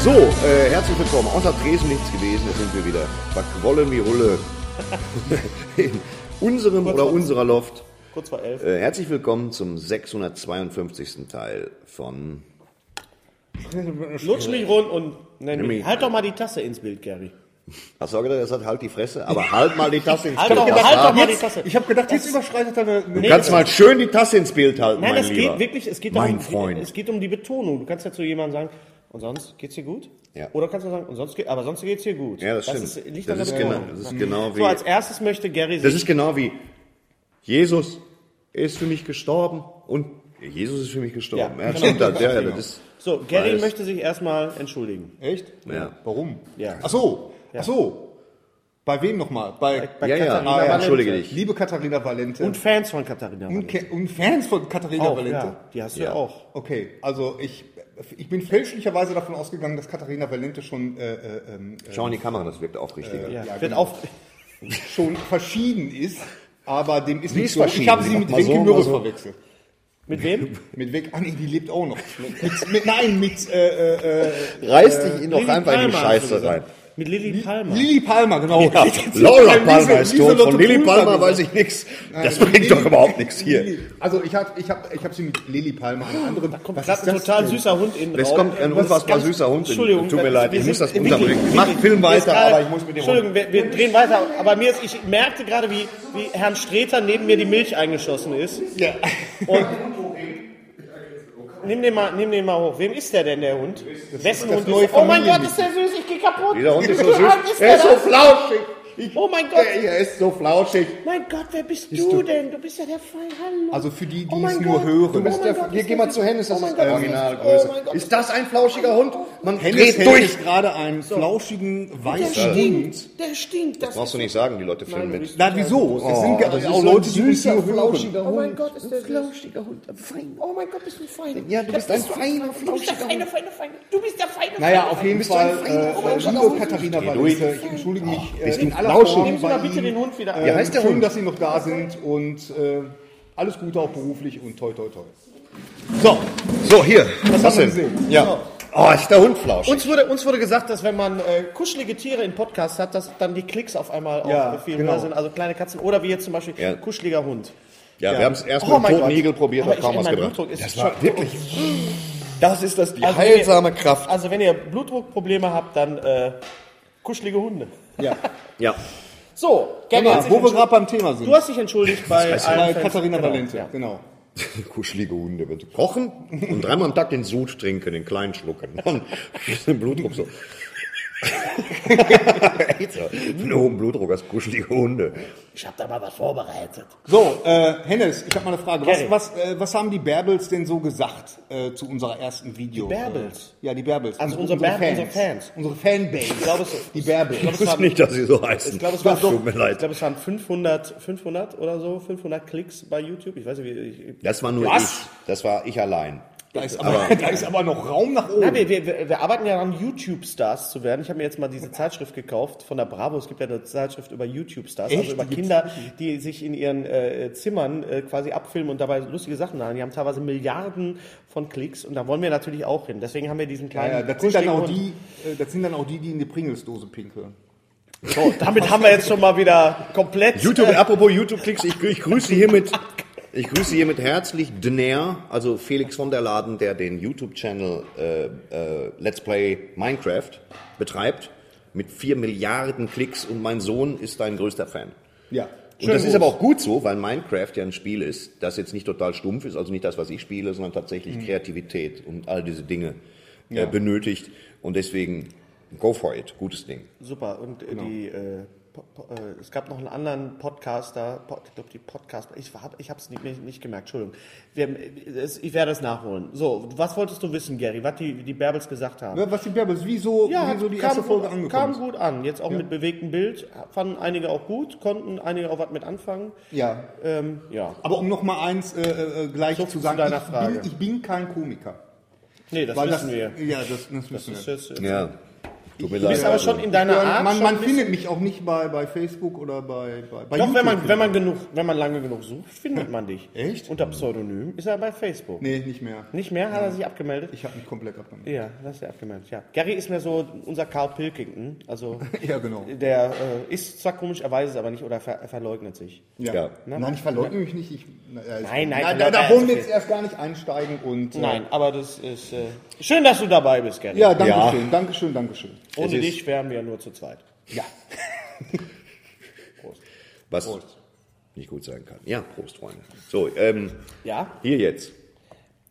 So, äh, herzlich willkommen. Außer Dresden nichts gewesen, da sind wir wieder. Verquollen wie Hulle. In unserem oder unserer Loft. Kurz vor elf. Äh, herzlich willkommen zum 652. Teil von. Lutsch mich rund und nenn äh, Nimm mich. mich. Halt doch mal die Tasse ins Bild, Gary. Hast du auch gedacht, das hat halt die Fresse, aber halt mal die Tasse ins Halt Bild. doch, Das halt war- doch mal die Tasse. Ich habe gedacht, jetzt überschreitet er eine. eine Du kannst mal schön die Tasse ins Bild halten, Nein, mein es Lieber. geht wirklich, es geht Mein darum, Freund. es geht um die Betonung. Du kannst ja zu jemandem sagen, und sonst geht's dir gut? Ja. Oder kannst du sagen, und sonst geht, aber sonst geht's dir gut. Ja, das stimmt. Ist, liegt an das, der ist genau, Betonung. das ist genau wie. So, als erstes möchte Gary Das sich ist genau wie Jesus ist für mich gestorben und Jesus ist für mich gestorben. Ja, Ja, genau. stimmt das. Ja, ja, das ist, So, Gary Weiß. möchte sich erstmal entschuldigen. Echt? Ja. Warum? Ja. Ach so. Ach so. Bei wem nochmal? ja, Bei, ja, Katharina ja, Valente. entschuldige dich. Liebe Katharina Valente. Und Fans von Katharina. und, Valente. Ke- und Fans von Katharina Auch, Valente. ja. Die hast du Ja. ja auch. Okay, also ich, ich bin fälschlicherweise davon ausgegangen, dass Katharina Valente schon, äh, äh, ähm, Schau in die Kamera, das wirkt aufrichtiger. Ja. Ja, Wird genau. auf, schon verschieden ist, aber dem ist nicht ist so. verschieden. Ich habe sie Mach mit mal so, Wenke also- mal Mürre so. verwechselt. mit wem? Mit Wenke, ah nee, die lebt auch noch. Mit, mit, mit, nein, mit äh, äh, Reiß dich ihn doch Äh, Lilly einfach in die Palmer hast du Scheiße rein. gesagt. Mit Lilly Palmer. Lili Palmer, genau. Ja, Jetzt- Laura Lise- Palmer ist tot, Lieselotte von Lilly Pulver Palmer gesagt. weiß ich nichts. Das Nein, bringt Lilly- doch überhaupt nichts hier. Lilly- Also ich habe ich hab, ich hab sie mit Lili Palmer, einer anderen. Da Kommt gerade ein total süßer Hund in den Es Raum. kommt ein Was unfassbar ganz- süßer Hund. Entschuldigung, Tut mir wir- leid, ich wir muss sind- das unterbringen. wirklich, Mach wirklich, Film wir sind weiter, gerade- aber ich muss mit dem Hund. Entschuldigung, wir, wir drehen weiter. Aber mir ist, ich merkte gerade, wie, wie Herrn Streter neben mir die Milch eingeschossen ist. Ja. Und nimm den mal, nimm den mal hoch. Wem ist der denn, der Hund? Wessen das Hund neue ist Oh mein Gott, Familienmitglied. ist der süß, ich geh kaputt. Dieser Hund ist so Wie alt süß. Ist der Er ist so denn? flauschig. oh mein Gott. Er er ist so flauschig. Mein Gott, wer bist, du, du- denn? Du bist ja der Fall. Hallo. Also für die, die Oh mein es nur Gott. hören. Du bist Oh der- mein Gott, wir ist gehen das mal zu Hennes, das Oh mein ist Gott, Originalgröße. Oh mein Gott. ist das ein flauschiger Hund? Man Hennes dreht hält durch. durch. jetzt gerade einen flauschigen der weißen Hund. stinkt. Der stinkt. Das Brauchst du nicht sagen, die Leute filmen mit. Na wieso? Das sind ja auch Leute, die uns nur hören. Oh mein Gott, ist der flauschiger Hund. Ein Fein. Oh mein Gott, bist du ein Fein. Ja, du bist ein feiner, Du bist der feine, feine, feine. Du bist der feine. Naja, feine, auf jeden du ein Fall, Freund? äh, Oh mein äh, Gott, liebe Katharina Valente, ich entschuldige mich äh, in aller Form Nehmen Sie bei mal bitte Ihnen. den Hund wieder Äh, ein. Ja. heißt der schön, Hund? dass Sie noch da sind und äh, alles Gute auch beruflich und toi toi toi. So, So, hier. Was hast du denn? gesehen? Ja. Oh, ist der Hund flauschig. Uns wurde, uns wurde gesagt, dass wenn man äh, kuschelige Tiere in Podcasts hat, dass dann die Klicks auf einmal Ja, auch viel genau. höher sind. Also kleine Katzen oder wie jetzt zum Beispiel Ja. kuscheliger Hund. Ja, wir haben es erst mit Oh dem mein toten Gott. Igel probiert, Aber hat kaum ich- was mein gebracht. Blutdruck ist Das schon- war wirklich. Das ist das, die Also wenn ihr- heilsame Kraft. Also wenn ihr Blutdruckprobleme habt, dann äh, kuschelige Hunde. Ja. Ja. So, Gary, hat Ja, sich wo wir entschuldigt. gerade beim Thema sind. du hast dich entschuldigt bei, allen bei Fans. Katharina Genau, Valente, ja. genau. Kuschelige Hunde. Wenn sie kochen und dreimal am Tag den Sud trinken, den kleinen schlucken. Dann ist der Blutdruck so. Echt so. Mit hohem Blutdruck als kuschelige Hunde. Ich habe da mal was vorbereitet. Oh, So, äh, Hennes, ich habe mal eine Frage. Gary. Was, was, äh, was haben die Bärbels denn so gesagt äh, zu unserer ersten Video? Die Bärbels? Ja, die Bärbels. Also Unsere- unsere Bär- unsere unsere Fans. Unsere Fanbase. Ich glaube, es- die Bärbels. Ich glaube, Ich wusste nicht, dass sie so heißen. Ich glaube, es, waren Das doch, Tut mir Ich leid. glaube, es waren 500, 500 oder so, 500 Klicks bei YouTube. Ich weiß nicht, wie. Ich, Das war nur Was? ich. Das war ich allein. da, ist aber, da ist aber noch Raum nach oben. Nein, wir, wir, wir- wir arbeiten ja daran, YouTube-Stars zu werden. Ich habe mir jetzt mal diese Zeitschrift gekauft von der Bravo. Es gibt ja eine Zeitschrift über YouTube-Stars, also Echt? über Die gibt's Kinder, die sich in ihren äh, Zimmern äh, quasi abfilmen und dabei lustige Sachen machen. Die haben teilweise Milliarden von Klicks und da wollen wir natürlich auch hin. Deswegen haben wir diesen kleinen. ja, das, sind dann auch kuscheligen die, äh, das sind dann auch die, die in die Pringelsdose pinkeln. Hund. So, damit haben wir jetzt schon mal wieder komplett. äh, YouTube, apropos YouTube-Klicks, ich, ich grüße hiermit, ich grüße hiermit herzlich Dner, also Felix von der Laden, der den YouTube-Channel äh, äh, Let's Play Minecraft betreibt, mit 4 Milliarden Klicks und mein Sohn ist dein größter Fan. Ja. Und das ist aber auch gut so, weil Minecraft ja ein Spiel ist, das jetzt nicht total stumpf ist, also nicht das, was ich spiele, sondern tatsächlich Mhm. Kreativität und all diese Dinge äh, benötigt. Und deswegen, go for it, gutes Ding. Super. Und äh, Genau. die. Äh, po- po- äh, es gab noch einen anderen Podcaster, Pod- ich glaube die Podcast, ich habe ich es nicht, nicht, nicht gemerkt, Entschuldigung. Wir, äh, es- ich werde es nachholen. So, was wolltest du wissen, Gary, was die, die Bärbels gesagt haben? Was die Bärbels, wieso, wieso die erste Folge gut, angekommen kam ist? gut an. Jetzt auch mit bewegtem Bild. Fanden einige auch gut, konnten einige auch was mit anfangen. Ja. Ähm, ja. Aber um noch mal eins äh, äh, gleich So, zu zu sagen, deiner ich, Frage. Bin, ich bin kein Komiker. Nee, das Weil wissen das, wir. Ja, das, das wissen Das wir. ist, jetzt- Ja. Tut mir du leid. bist aber also. schon in deiner Art. Man, man, schon ein bisschen- findet mich auch nicht bei, bei Facebook oder bei, bei, bei Doch, wenn man, vielleicht. wenn, man genug, wenn man lange genug sucht, findet man dich. Echt? Unter Pseudonym ist er bei Facebook. Nee, nicht mehr. Nicht mehr? Hat er sich abgemeldet? Ich habe mich komplett abgemeldet. Ja, das ist ja abgemeldet, ja. Gary ist mehr so unser Carl Pilkington, also Ja, genau. der äh, ist zwar komisch, er weiß es aber nicht oder ver er verleugnet sich. Ja. Ja. Nein, ich verleugne mich nicht. Ich, na, ja, ist- Nein, nein, na, nein, da, da nein, wollen ist wir okay. jetzt erst gar nicht einsteigen und. äh, Nein, aber das ist äh, schön, dass du dabei bist, Gary. Ja, Ja. dankeschön, dankeschön, dankeschön. Ohne es ist- dich wären wir nur zu zweit. Ja. Was nicht gut sein kann. Ja, Prost, Freunde. So, ähm, Ja, hier jetzt.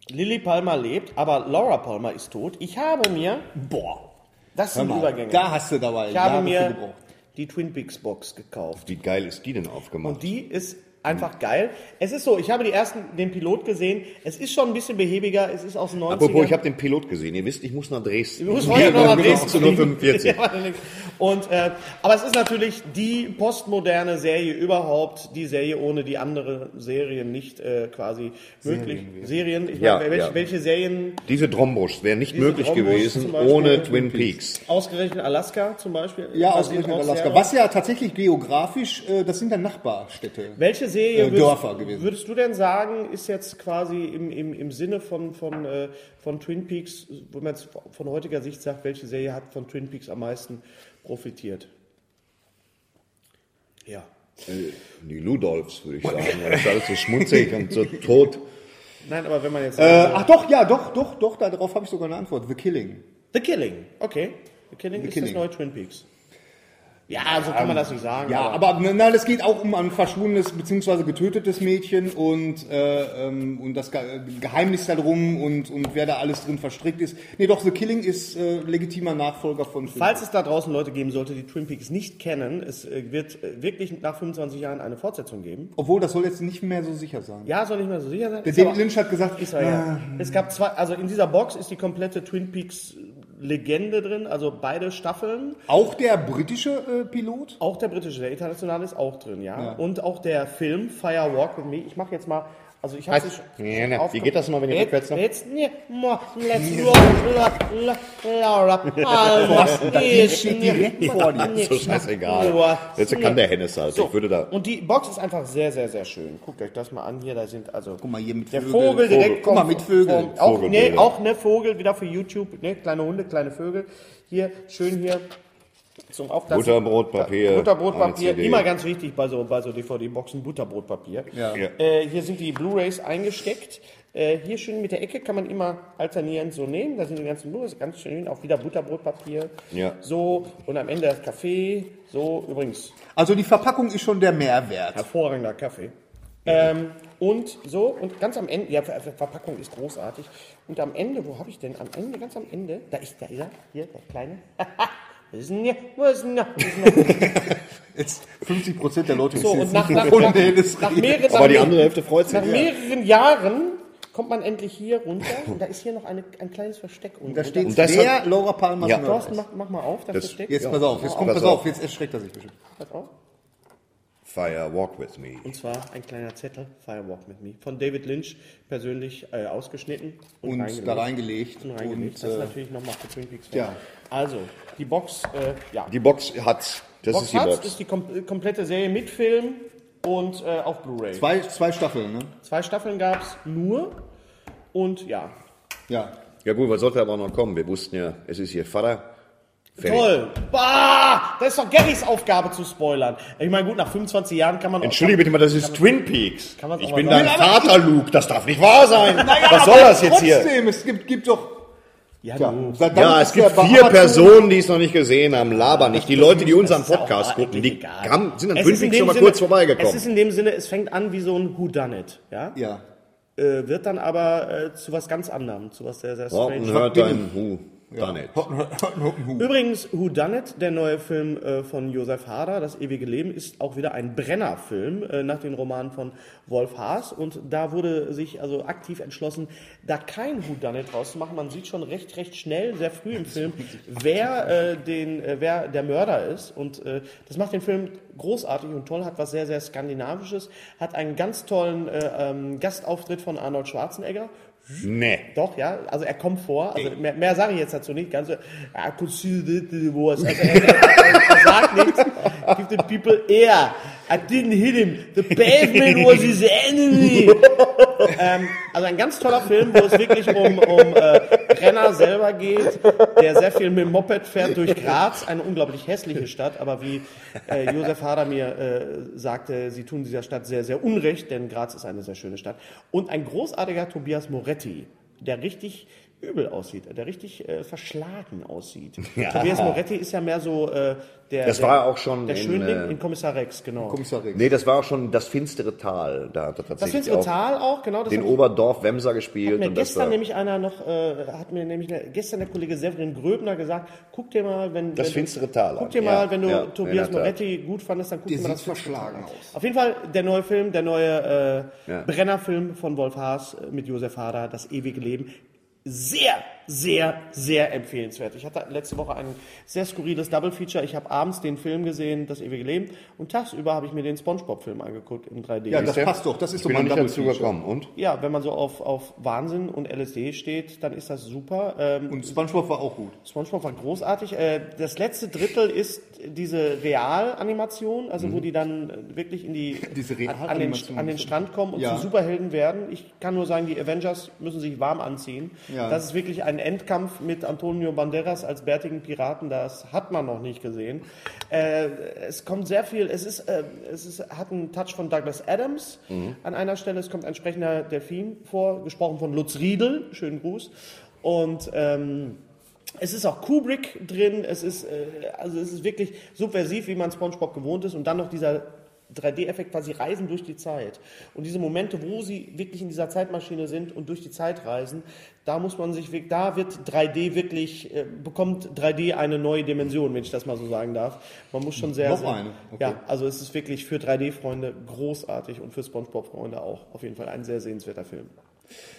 Lilly Palmer lebt, aber Laura Palmer ist tot. Ich habe mir, boah, das sind Übergänge. Da hast du dabei. ich da habe hast du mir gebraucht. die Twin Peaks Box gekauft. Wie geil ist die denn aufgemacht? Und die ist einfach geil. Es ist so, ich habe die ersten, den Pilot gesehen. Es ist schon ein bisschen behäbiger. Es ist aus den 90ern. Apropos, ich habe den Pilot gesehen. Ihr wisst, ich muss nach Dresden. Wir müssen heute noch nach Dresden zu 45. Ja, warte, nix. Und, äh, aber es ist natürlich die postmoderne Serie überhaupt, die Serie, ohne die andere Serien nicht äh, quasi möglich. Serien, ich Ja, meine, welche, ja. welche Serien Diese Trombos wäre nicht Diese möglich Trombos zum gewesen Beispiel. ohne Twin Peaks. ausgerechnet Alaska zum Beispiel? Ja, basiert ausgerechnet auf Alaska. Serie. Was ja tatsächlich geografisch, äh, das sind ja Nachbarstädte. Welche Serie Äh, würdest, Dörfer gewesen. würdest du denn sagen, ist jetzt quasi im, im, im Sinne von, von, äh, von Twin Peaks, wenn man jetzt von heutiger Sicht sagt, welche Serie hat von Twin Peaks am meisten profitiert? Ja. Äh, Die Ludolfs, würde ich sagen. Das ist alles so schmutzig und so tot. Nein, aber wenn man jetzt. Äh, ach doch, ja, doch, doch, doch, darauf habe ich sogar eine Antwort. The Killing. The Killing, okay. The Killing ist Killing. das neue Twin Peaks. Ja, so kann man das nicht sagen. Ja, aber na, das geht auch um ein verschwundenes bzw. getötetes Mädchen und, äh, ähm, und das Ge Geheimnis darum und, und wer da alles drin verstrickt ist. Nee, doch, The Killing ist äh, legitimer Nachfolger von Film. Falls es da draußen Leute geben sollte, die Twin Peaks nicht kennen, es äh, wird äh, wirklich nach 25 Jahren eine Fortsetzung geben. Obwohl, das soll jetzt nicht mehr so sicher sein. Ja, soll nicht mehr so sicher sein. Der Ist David aber- Lynch Ah. hat gesagt, äh, Ist er, ja. Es gab zwei, also in dieser Box ist die komplette Twin Peaks Legende drin, also beide Staffeln. auch der britische äh, Pilot? Auch der britische, der internationale ist auch drin, ja. Und auch der Film Fire Walk with Me. Ich mache jetzt mal, also ich habe es Halt. Nee, nee. Wie geht das nochmal, wenn ihr ne? rückwärts Jetzt, noch? jetzt, nee, mo- let's roll, Laura, alles Die steht direkt vor dir. So scheißegal. Jetzt kann der Hennes halt. Ich würde da. Und die Box ist einfach sehr, sehr, sehr schön. Guckt euch das mal an hier. Da sind also Guck mal, hier mit der Vögeln. Vogel direkt. Vogel. Guck mal, kommt mit Vögeln. vom- Auch, nee, Vogelbilder. auch ne Vogel wieder für YouTube. Ne, kleine Hunde, kleine Vögel. Hier schön hier zum Auflassen. Butterbrotpapier. Eine Butterbrotpapier. CD. Immer ganz wichtig bei so bei so DVD-Boxen Butterbrotpapier. Ja. Äh, hier sind die Blu-rays eingesteckt. Äh, hier schön mit der Ecke kann man immer alternierend so nehmen. Da sind die ganzen Blu-rays ganz schön. Auch wieder Butterbrotpapier. Ja. So und am Ende das Kaffee. So übrigens Also die Verpackung ist schon der Mehrwert. hervorragender Kaffee. Ähm, und so, und ganz am Ende, ja, Ver Ver- Verpackung ist großartig. Und am Ende, wo habe ich denn? Am Ende, ganz am Ende, da ist, da ist er, hier, der Kleine. wissen ja, wissen ja, wissen Jetzt 50 Prozent der Leute So, wissen und jetzt nach, nicht, nach, nach, wovon nach, der das nach, redet. mehreren, Aber die nach- andere Hälfte freut sich. nach mehreren Jahren kommt man endlich hier runter und da ist hier noch eine, ein kleines Versteck unten. Da steht das wer hat- Laura Palmer Ja. Mörder Thorsten, ist. mach, Oh, mach mal auf, das, Das- Versteck. Jetzt Ja. pass auf, jetzt kommt, Pass pass auf. auf, jetzt erschreckt er sich bestimmt. Pass auf. Fire, walk with me. Und zwar ein kleiner Zettel, Firewalk mit me, von David Lynch persönlich äh, ausgeschnitten und, Und reingelegt. da reingelegt. Und reingelegt. Und, das ist äh, natürlich nochmal für Twin Peaks. ja. Also, die Box, äh, ja. Die Box hat's. Das Box ist die Hearts Box. ist die kom äh, komplette Serie mit Film und äh, auf Blu-ray. Zwei. zwei, zwei Staffeln, ne? Staffeln gab es nur und ja. Ja. Ja gut, was sollte aber noch kommen? Wir wussten ja, es ist ihr Vater. Fertig. Toll! Bah! Das ist doch Garys Aufgabe zu spoilern. Ich meine, gut, nach 25 Jahren kann man auch Entschuldige bitte mal, das ist Twin Peaks. Kann man's Ich auch bin mal dein sagen. Vater, Luke. Das darf nicht wahr sein. Was soll das jetzt hier? Trotzdem, es gibt, gibt doch. Ja, Tja, du. seit Ja, dann es ist gibt der bei vier Amazon- Personen, die es noch nicht gesehen haben. Laber nicht. Die Leute, die unseren Das ist ja auch Podcast mal gucken, die egal. haben, sind an Es Twin ist Peaks in dem schon mal Sinne- kurz Es ist vorbeigekommen. in dem Sinne, es fängt an wie so ein Whodunit, ja? Ja. Äh, wird dann aber äh, zu was ganz anderem, zu was sehr, sehr strange. Morten Oh, hört dein Hu. Da nicht. Übrigens, Who Done It, der neue Film äh, von Josef Hader, Das ewige Leben, ist auch wieder ein Brennerfilm äh, nach den Romanen von Wolf Haas. Und da wurde sich also aktiv entschlossen, da kein Who Done It draus zu machen. Man sieht schon recht, recht schnell, sehr früh im Film, wer, äh, den, äh, wer der Mörder ist. Und äh, das macht den Film großartig und toll, hat was sehr, sehr Skandinavisches, hat einen ganz tollen äh, ähm, Gastauftritt von Arnold Schwarzenegger. Nee. Doch, ja, also er kommt vor, also mehr, mehr sage ich jetzt dazu nicht, ganz so, ah, consider the worst. Also er, er, er sagt nichts, give the people air, I didn't hit him, the pavement was his enemy. ähm, also ein ganz toller Film, wo es wirklich um, um äh, Renner selber geht, der sehr viel mit dem Moped fährt durch Graz, eine unglaublich hässliche Stadt, aber wie äh, Josef Hader mir äh, sagte, sie tun dieser Stadt sehr, sehr unrecht, denn Graz ist eine sehr schöne Stadt. Und ein großartiger Tobias Moretti, der richtig übel aussieht, der richtig äh, verschlagen aussieht. Tobias Moretti ist ja mehr so äh, der, Das der, war auch schon der in, Schönling äh, in Kommissar Rex, genau. Kommissar Rex. Nee, das war auch schon das finstere Tal. Da hat er das tatsächlich finstere auch Tal auch, genau. Das den hab ich- Oberdorf Wemser Hat gespielt. mir Und das gestern war nämlich einer noch, äh, hat mir nämlich der- gestern der Kollege Severin Gröbner gesagt, guck dir mal, wenn Das wenn, finstere Tal an. Guck dir Ja, mal, wenn du ja, in der Tobias Tat. Moretti gut fandest, dann guck dir Der mal sieht das finstere verschlagen Tal an. aus. Auf jeden Fall der neue Film, der neue äh, Ja. Brennerfilm von Wolf Haas äh, mit Josef Hader, das ewige Leben. Sehr, sehr, sehr empfehlenswert. Ich hatte letzte Woche ein sehr skurriles Double Feature. Ich habe abends den Film gesehen, Das ewige Leben, und tagsüber habe ich mir den SpongeBob-Film angeguckt im 3D. Ja, das passt doch. Das ist ich doch bin mal noch ein nicht Double dazu Feature. gekommen. Und? Ja, wenn man so auf, auf Wahnsinn und LSD steht, dann ist das super. Ähm, Und Spongebob war auch gut. SpongeBob war großartig. Äh, das letzte Drittel ist diese Realanimation, also wo die dann äh, wirklich in die Mhm. Diese an, an, den, Realanimation. an den Strand kommen und Ja. zu Superhelden werden. Ich kann nur sagen, die Avengers müssen sich warm anziehen. Ja. Das ist wirklich ein Endkampf mit Antonio Banderas als bärtigen Piraten. Das hat man noch nicht gesehen. Äh, es kommt sehr viel. Es ist, äh, es ist, hat einen Touch von Douglas Adams Mhm. an einer Stelle. Es kommt ein sprechender Delfin vor, gesprochen von Lutz Riedel. Schönen Gruß. Und ähm, es ist auch Kubrick drin, es ist, äh, also es ist wirklich subversiv, wie man Spongebob gewohnt ist. Und dann noch dieser 3D-Effekt, quasi reisen durch die Zeit. Und diese Momente, wo sie wirklich in dieser Zeitmaschine sind und durch die Zeit reisen, da muss man sich, wirk- da wird 3D wirklich, äh, bekommt 3D eine neue Dimension, wenn ich das mal so sagen darf. Man muss schon sehr, Noch sehr eine? Okay. ja, also es ist wirklich für 3D-Freunde großartig und für Spongebob-Freunde auch auf jeden Fall ein sehr sehenswerter Film.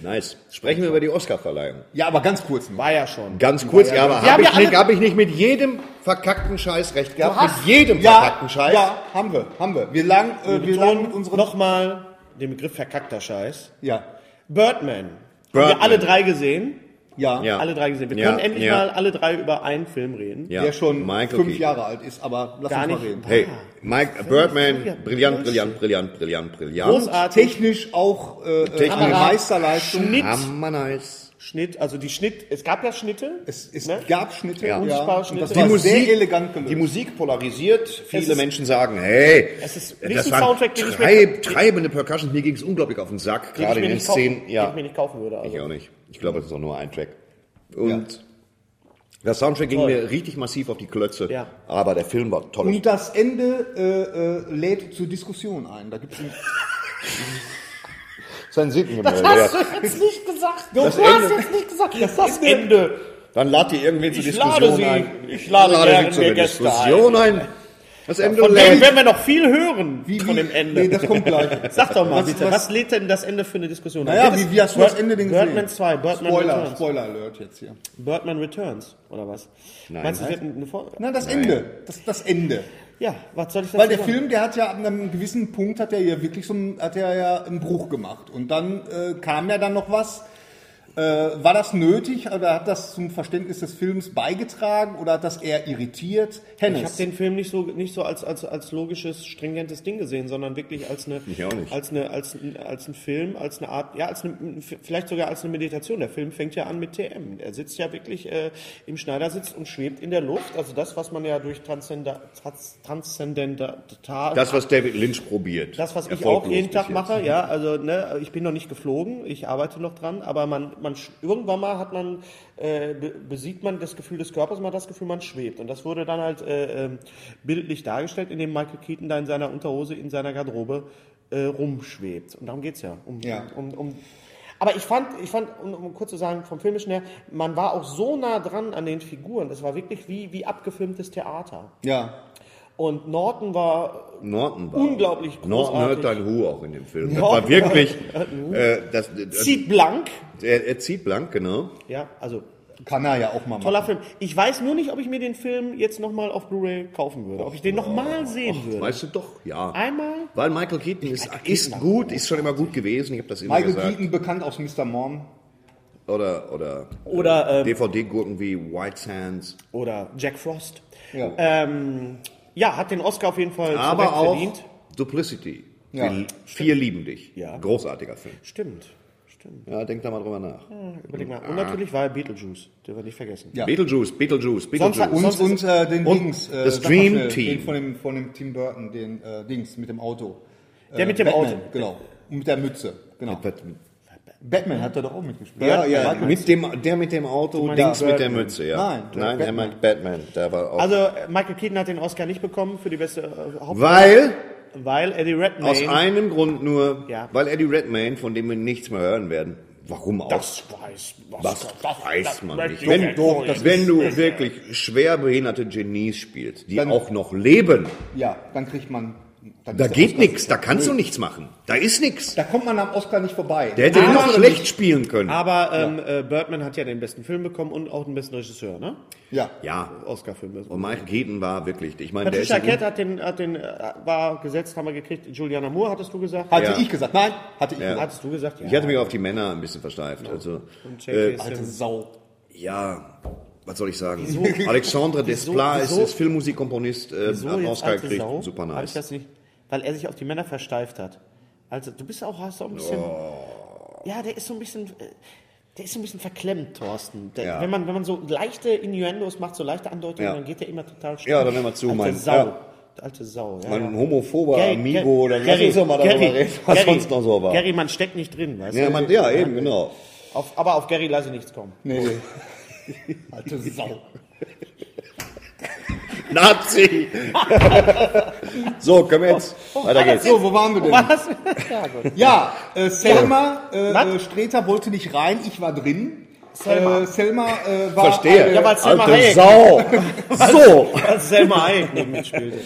Nice. Sprechen wir über die Oscarverleihung. Ja, aber ganz kurz noch. War ja schon. Ganz kurz, ja, aber habe Wir haben ich, ja alle- nicht- hab ich nicht mit jedem verkackten Scheiß recht gehabt? hast- Mit jedem Ja, verkackten Scheiß? ja, haben wir, haben wir. Wir lang, äh, wir lang mit betonen unseren. nochmal den Begriff verkackter Scheiß. Ja, Birdman. Haben Birdman. wir alle drei gesehen. ja, Ja. Alle drei gesehen. Wir Ja, können endlich ja. mal alle drei über einen Film reden. Ja, der schon Michael fünf Keaton. Jahre alt ist, aber lass Gar uns mal nicht. reden. Hey, Mike Birdman, Ah, Ja, brillant, Bullshit. brillant, brillant, brillant, brillant. Großartig. Technisch auch äh, äh, eine Kamera, Meisterleistung. Schnitt, Hammer nice. Schnitt, also die Schnitt, es gab ja Schnitte. Es, es Ne? gab Schnitte, Ja. ja. Unsichtbare Und das Schnitte. war Die sehr elegant gelöst. Die Musik polarisiert. Viele ist- Menschen sagen, hey, Es ist nicht das ein waren Soundtrack, den ich mir- treib, treibende Percussions. Mir ging es unglaublich auf den Sack, Den ich gerade mir in den nicht kaufen- Szenen. den ich mir nicht kaufen würde. Also. Ich auch nicht. Ich glaube, es ist auch nur ein Track. Und der Soundtrack ging Toll. mir richtig massiv auf die Klötze. Ja. Aber der Film war toll. Und das Ende äh, äh, lädt zur Diskussion ein. Da gibt's ein- Sein Sitten gemeldet. Das hast du jetzt nicht gesagt. Du hast jetzt nicht gesagt. Das, Ende. Dann lad die irgendwie zur Ich Diskussion lade sie- ein. ich lade gerne zur mir Gäste Diskussion ein. Das Ende Von dem lädt. werden wir noch viel hören Wie- von wie- dem Ende. Nee, das kommt gleich. Sag doch mal, Was- bitte, was, was- lädt denn das Ende für eine Diskussion? ein? Naja, Geht wie, es- wie hast du das Bird- Ende denn gesehen? Birdman 2, Birdman Spoiler, Returns. Spoiler Alert jetzt hier. Birdman Returns, oder was? Nein, Meinst du, es halt. wird eine Vor Nein, das Ende. Das, das Ende. Ja, was soll ich dazu Weil der sagen? Film, der hat ja ab einem gewissen Punkt, hat er ja wirklich so einen, hat er ja einen Bruch gemacht. Und dann äh, kam ja dann noch was. Äh, war das nötig oder hat das zum Verständnis des Films beigetragen oder hat das eher irritiert? Ich habe Hennes. den Film nicht so nicht so als als als logisches stringentes Ding gesehen, sondern wirklich als eine Ich auch nicht. als eine als ein- als ein Film, als eine Art ja als eine, vielleicht sogar als eine Meditation. Der Film fängt ja an mit TM. Er sitzt ja wirklich äh, im Schneidersitz und schwebt in der Luft. Also das, was man ja durch Transzenda, Trans, Transzendenta, Das, was David Lynch probiert. das, was ich Erfolglos auch jeden bis Tag jetzt. mache, ja, also ne, ich bin noch nicht geflogen, ich arbeite noch dran, aber man, man sch- irgendwann mal hat man äh, be- besieht man das Gefühl des Körpers, man hat das Gefühl, man schwebt und das wurde dann halt äh, ähm, bildlich dargestellt, indem Michael Keaton da in seiner Unterhose in seiner Garderobe äh, rumschwebt und darum geht's ja, um, Ja. um, um aber ich fand, ich fand, um, um kurz zu sagen, vom Filmischen her, man war auch so nah dran an den Figuren. Es war wirklich wie, wie abgefilmtes Theater. Ja. Und Norton war Norton war. Unglaublich Norton großartig. hört dein Hu auch in dem Film. Das Norton war wirklich. Äh, das, das, zieht blank. er, er zieht blank, genau. Ja, also Kann er ja auch mal machen. toller Film. Ich weiß nur nicht, ob ich mir den Film jetzt nochmal auf Blu-ray kaufen würde. Ob ich den nochmal sehen würde. Weißt du doch, ja. Einmal? Weil Michael Keaton ist, ist gut, ist schon immer gut gewesen. Ich habe das immer Michael gesagt. Keaton, bekannt aus Mr. Mom. Oder, oder, äh, Oder, ähm, Äh, DVD-Gurken wie White Sands. Oder Jack Frost. Ja. Ähm, ja, hat den Oscar auf jeden Fall zu Recht Aber auch verdient. Duplicity. Ja. Wir, wir lieben dich. Ja. Großartiger Film. Stimmt, stimmt. Ja, denk da mal drüber nach. Überleg mal. Und natürlich war er Beetlejuice. Den wir nicht vergessen. Ja. Beetlejuice, Beetlejuice, Sonst- Beetlejuice. Und, Sonst und ist- äh, den und Dings. das sag mal Dream schnell, Team. Den von dem, von dem Tim Burton, den äh, Dings mit dem Auto. Der mit dem Batman, Auto. Genau. Und mit der Mütze. Genau. Was- mit- Batman hat er doch auch mitgespielt. Ja, ja, Äh, mit dem, der mit dem Auto, Dings mit der Mütze, ja. Nein, der Nein er Batman. meint Batman. Der war auch. Also äh, Michael Keaton hat den Oscar nicht bekommen für die beste äh, Haupt... weil, Weil Eddie Redmayne... aus einem Grund nur, Ja. weil Eddie Redmayne, von dem wir nichts mehr hören werden. Warum auch? das weiß, was, Das weiß man nicht. Wenn, Wenn, doch, das wenn du wirklich schwerbehinderte Genies spielst, die auch noch leben, Ja, dann kriegt man. Dann da ist der geht Oscar- nichts, da kannst du nichts machen. Da ist nichts. Da kommt man am Oscar nicht vorbei. Der hätte den Aber- noch schlecht spielen können. aber ähm, äh, Birdman hat ja den besten Film bekommen und auch den besten Regisseur, ne? ja. Ja, Oscar-Film. also. und Michael Keaton war wirklich, ich meine, der ist Patricia ein, Arquette hat den, hat den, äh, war gesetzt, haben wir gekriegt. Juliana Moore, hattest du gesagt? Hatte Ja. ich gesagt. Nein, hatte ich gesagt. Hattest du gesagt? Ja. ich hatte mich auf die Männer ein bisschen versteift. Also, Und Jake äh, ist, Alte ähm, Sau. ja, was soll ich sagen? Alexandre Desplat ist, wieso- ist Filmmusikkomponist, äh, so hat einen jetzt Oscar alte gekriegt, Sau? super Hab ich nice. das nicht, weil er sich auf die Männer versteift hat. Also du bist auch, hast auch ein bisschen, Oh. ja, der ist so ein bisschen, äh, der ist so ein bisschen verklemmt, Thorsten. Der, Ja. Wenn man, wenn man so leichte Innuendos macht, so leichte Andeutungen, Ja. dann geht der immer total Ja, dann hör mal zu, Alte mein- Sau. ja. Alte Sau. Ja, Mein ja. homophober Gary, Amigo, oder lass Gary, uns doch mal darüber Gary, reden, was Gary, sonst noch so war. Gary, man steckt nicht drin, weißt Ja, du? man, ja, eben, genau. Auf, aber auf Gary lasse ich nichts kommen. Nee. Alte Sau. Nazi! so, können wir jetzt, Oh, weiter geht's. So, wo waren wir denn? Was? ja, gut. Ja, äh, Selma äh, Was? äh, Streter wollte nicht rein, ich war drin. Selma. Äh, Selma äh, war. Verstehe. Ja, weil Selma Alte Hayek- Sau! so! Als Selma Hayek neben mir spielte.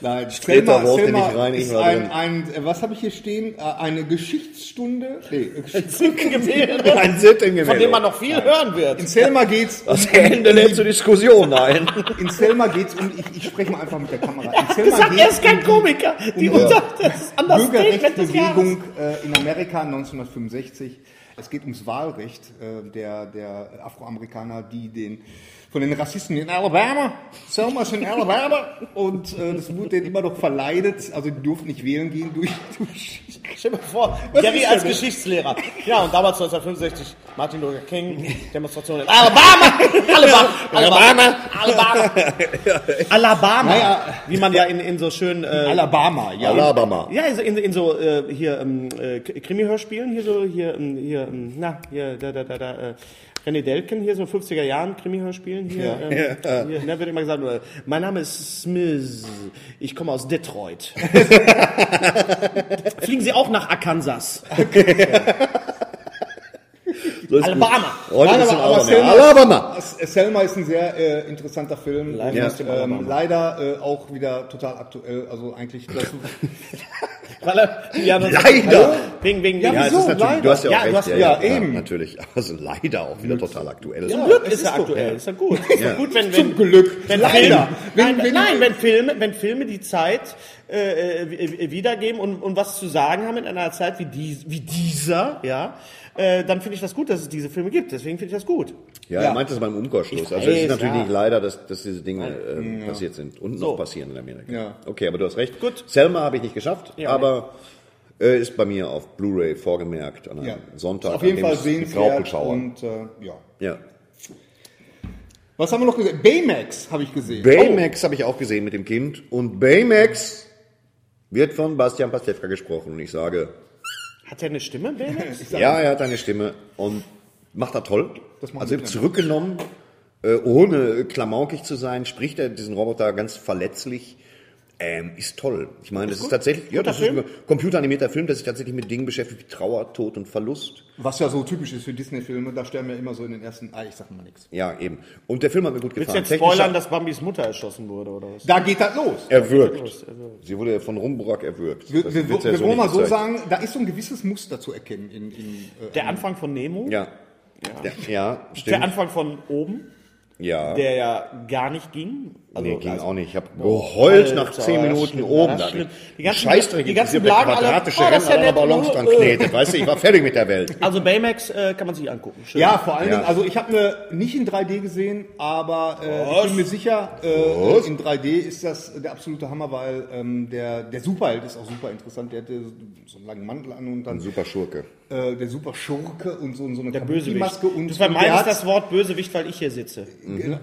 Nein, Streter Selma, wollte Selma nicht rein, ich ist war ein, drin. ein, äh, was habe ich hier stehen? Äh, eine Geschichtsstunde. Nee, äh, Geschichts- Zückengemälde, Ein Sitting von dem man noch viel hören wird. in Selma geht's. Um, Das Ende lädt zur Diskussion ein. in Selma geht's um. Ich, ich spreche mal einfach mit der Kamera. In Selma Das hat geht's erst kein um die- Komiker. Die um die- unter, das ist anders Statement des Jahres. Bürgerrechtsbewegung äh, in Amerika 1965. Es geht ums Wahlrecht äh, der, der Afroamerikaner, die den von den Rassisten in Alabama, Selma ist in Alabama, und äh, das wurde denen immer noch verleidet, also die durften nicht wählen gehen durch, durch Stell dir mal vor, Was Gary ist als denn? Geschichtslehrer. Ja, und damals 1965 Martin Luther King, Demonstration in Alabama! Alabama! Alabama! Alabama! Alabama! Naja. Wie man ja in, in so schönen... Äh, Alabama, ja. Alabama. ja, also in, in so äh, hier ähm, äh, Krimi-Hörspielen, hier so, hier, ähm, hier, ähm, na, hier, da, da, da, da, äh, René Delken, hier so 50er Jahren Krimi-Hörspielen, hier, ähm, hier ne, wird immer gesagt, äh, mein Name ist Smith, ich komme aus Detroit. Fliegen Sie auch nach Arkansas. So ist gut. Alabama. Heute Nein, ist aber, aber es in Selma, Alabama. S- Selma ist ein sehr äh, interessanter Film. Live aus dem Alabama. ähm, leider äh, auch wieder total aktuell. Also eigentlich das, Weil er, wir haben uns- Leider. Wegen, wegen, Ja, Ja, es wieso? ist natürlich, du hast ja auch Ja, recht. du hast- ja, eben. natürlich. Also leider auch wieder total aktuell. Zum Glück es ist ist er so, aktuell. ja. Ist ja gut. Ist ja. Ja. gut, wenn, wenn, Zum Glück. Wenn leider. Filme, Wenn- nein, wenn- nein, wenn Filme, wenn Filme die Zeit äh, äh, w- wiedergeben und, und was zu sagen haben in einer Zeit wie, dies, wie dieser, ja, äh, dann finde ich das gut, dass es diese Filme gibt. Deswegen finde ich das gut. Ja, Ja. er meint das beim Umkehrschluss. Ich Also es weiß, ist natürlich ja. nicht leider, dass, dass diese Dinge ähm, passiert sind und noch passieren in Amerika. Ja. Okay, aber du hast recht. Gut. Selma habe ich nicht geschafft, Ja. aber äh, ist bei mir auf Blu-ray vorgemerkt an einem Ja. Sonntag. Auf jeden an dem Fall ich gebraucht sehenswert. geschaut habe. Und äh, ja. Ja. Was haben wir noch gesehen? Baymax habe ich gesehen. Oh. Baymax habe ich auch gesehen mit dem Kind und Baymax wird von Bastian Pastewka gesprochen und ich sage, Hat er eine Stimme, Baymax? Ja, er hat eine Stimme und macht er toll. Das macht also er zurückgenommen, äh, ohne klamaukig zu sein, spricht er diesen Roboter ganz verletzlich. Ähm, ist toll. Ich meine, das ist tatsächlich, ja, das ist Film. ein computeranimierter Film, der sich tatsächlich mit Dingen beschäftigt wie Trauer, Tod und Verlust. Was ja so typisch ist für Disney-Filme. Da sterben ja immer so in den ersten. Ah, ich sag mal nichts. Ja, eben. Und der Film hat mir gut Willst gefallen. du jetzt Technischer- spoilern, dass Bambis Mutter erschossen wurde oder was? Da geht das los. erwürgt. Sie wurde von Rumburak erwürgt. Wir, Das wir, wird ja wir wollen nicht mal so gezeigt. sagen, da ist so ein gewisses Muster zu erkennen. In, in, äh, Der Anfang von Nemo? Ja. Ja, ja Der stimmt. Anfang von oben, Ja. der ja gar nicht ging. Also, nee, ging also- auch nicht. Ich habe geheult Alter, nach zehn war das Minuten schlimm, war oben. das da. schlimm. Die Die ganzen- ganzen, Scheißdreck, die die ganzen ganzen Blagen alle, quadratische oh, das Ränder ist ja an nett, einer Ballons nur, dran äh. knetet. Weißt du, ich war fertig mit der Welt. also Baymax äh, kann man sich angucken. Schön. Ja, vor allen Ja. Dingen, also ich habe ne nicht in 3D gesehen, aber äh, ich bin mir sicher, äh, in 3D ist das der absolute Hammer, weil ähm, der, der Superheld ist auch super interessant. Der hatte so einen langen Mantel an und dann Super Schurke. äh, der super Schurke und so, und so eine der Bösewicht. Maske und das war und meines der hat- das Wort Bösewicht, weil ich hier sitze. Mhm. Genau.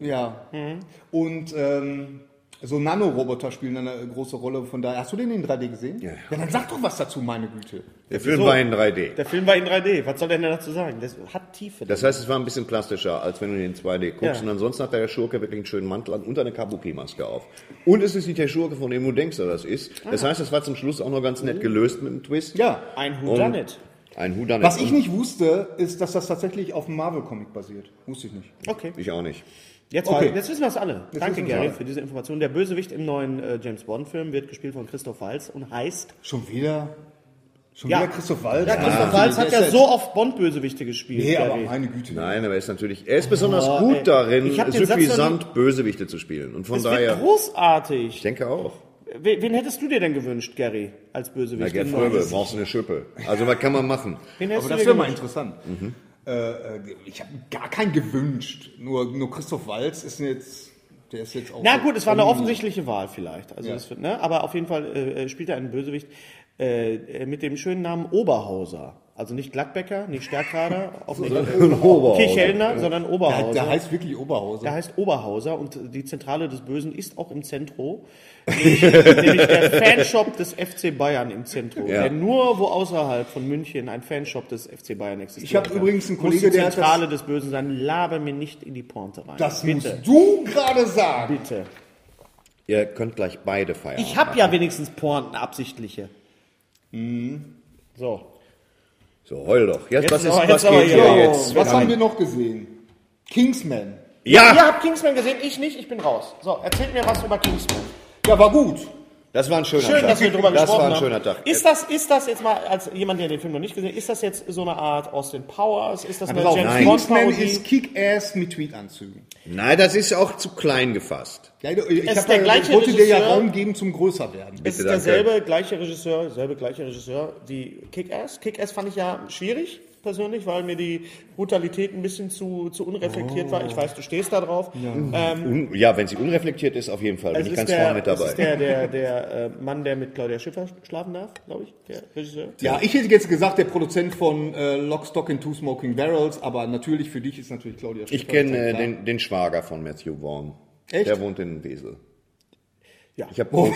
Ja. Mhm. Und ähm, so Nanoroboter spielen eine große Rolle, von daher. Hast du den in 3D gesehen? Ja, ja. ja dann sag doch was dazu, meine Güte. Der Film so. war in 3D. Der Film war in 3D. Was soll denn dazu sagen? Das hat Tiefe. Das heißt, es war ein bisschen plastischer, als wenn du den in 2D guckst. Ja. Und ansonsten hat der Schurke wirklich einen schönen Mantel an und eine Kabuki-Maske auf. Und es ist nicht der Schurke, von dem du denkst, dass das ist. Das heißt, es war zum Schluss auch noch ganz nett gelöst mit einem Twist. Ja. Ah. ein Und Whodunit. Ein Houdanet. Was ich nicht wusste, ist, dass das tatsächlich auf einem Marvel-Comic basiert. Wusste ich nicht. Okay. Ich auch nicht. Jetzt, Okay. war, jetzt wissen wir es alle. Danke, wissen wir's Gary, alle. für diese Information. Der Bösewicht im neuen äh, James Bond-Film wird gespielt von Christoph Walz und heißt. Schon wieder? Schon Ja. wieder Ah, Christoph Waltz? Ja, Christoph Walz hat ja so oft Bond-Bösewichte gespielt. Nee, aber Gary. meine Güte. Nein, aber er ist natürlich, er ist besonders gut ey. darin, Ich hab den Satz noch nie- suffisant Bösewichte zu spielen. Und von Das wird daher, ich großartig. denke auch. Wen, wen hättest du dir denn gewünscht, Gary, als Na, Bösewicht? Gerd im Fröbe, neuen? brauchst du eine Schippe. Also, was kann man machen? Wen Aber hättest das du wäre dir mal gewünscht? interessant. Äh, äh, ich habe gar keinen gewünscht. Nur, nur Christoph Walz ist jetzt. Der ist jetzt auch. Na so- gut, es war eine offensichtliche Wahl vielleicht. Also Ja. das wird, ne? Aber auf jeden Fall äh, äh, spielt er einen Bösewicht äh, äh, mit dem schönen Namen Oberhauser. Also nicht Gladbecker, nicht Stärkrader, auch nicht Oberhauser. Kirchhellner, sondern Der, Oberhauser. der heißt wirklich Oberhauser. Der heißt Oberhauser und die Zentrale des Bösen ist auch im Zentro. nämlich nämlich der Fanshop des FC Bayern im Zentro. Ja. Der nur wo außerhalb von München ein Fanshop des FC Bayern existiert. Ich hab kann. übrigens einen Muss Kollege, die der hat das- Zentrale des Bösen sein. Laber mir nicht in die Porte rein. das bitte, musst du gerade sagen. bitte. Ihr könnt gleich beide feiern. Ich habe ja wenigstens Porten absichtliche. So. So, heul doch. Jetzt, Jetzt was ist, aber- was jetzt aber geht hier. hier So, jetzt? was haben wir noch gesehen? Kingsman. Ja! Ihr habt Kingsman gesehen, ich nicht, ich bin raus. So, erzählt mir was über Kingsman. Ja, war gut. Das war ein schöner Schön, Tag. dass wir drüber das gesprochen war ein haben. schöner Tag. Ist das, ist das jetzt mal, als jemand, der den Film noch nicht gesehen hat, ist das jetzt so eine Art Austin Powers? Ist das eine Pass auf, James nein. Bond Kingsman Parodie? ist Kick-Ass mit Tweet-Anzügen. Nein, das ist auch zu klein gefasst. Ja, ich Ist hab der ja- gleiche wollte dir ja Regisseur? Raum geben zum Größerwerden. Es ist danke. derselbe gleiche Regisseur, selbe gleiche Regisseur wie Kick-Ass. Kick-Ass fand ich ja schwierig persönlich, weil mir die Brutalität ein bisschen zu, zu unreflektiert war. Ich weiß, du stehst da drauf. Ähm, Un ja, wenn sie unreflektiert ist, auf jeden Fall. Bin es ich ist ganz der- vorne mit Es dabei. ist der, der, der äh, Mann, der mit Claudia Schiffer schlafen darf, glaube ich, der Regisseur. Ja, ich hätte jetzt gesagt, der Produzent von äh, Lock, Stock and Two Smoking Barrels, aber natürlich für dich ist natürlich Claudia ich Schiffer, kenne ist ja äh, klar. den, den Schwager von Matthew Vaughn. Echt? Der wohnt in Wesel. Ja. Ich habe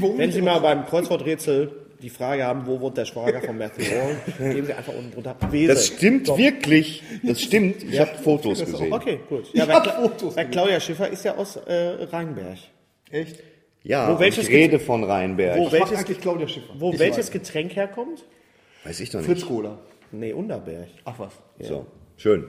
Wenn Sie mal beim Kreuzworträtsel die Frage haben, wo wohnt der Schwager von Matthew Warren, geben Sie einfach unten drunter Wesel. Das stimmt wirklich. Das stimmt. Ich hab habe Fotos gesehen. Okay, gut. Ja, Ich bei, hab Kla Fotos bei gemacht. Claudia Schiffer ist ja aus äh, Rheinberg. Echt? Ja, Wo und welches ich rede von Rheinberg. Wo Was macht welches- eigentlich Claudia Schiffer? Wo welches Getränk herkommt? Weiß ich doch nicht. Fritz Cola. Nee, Unterberg. Ach was. So, schön.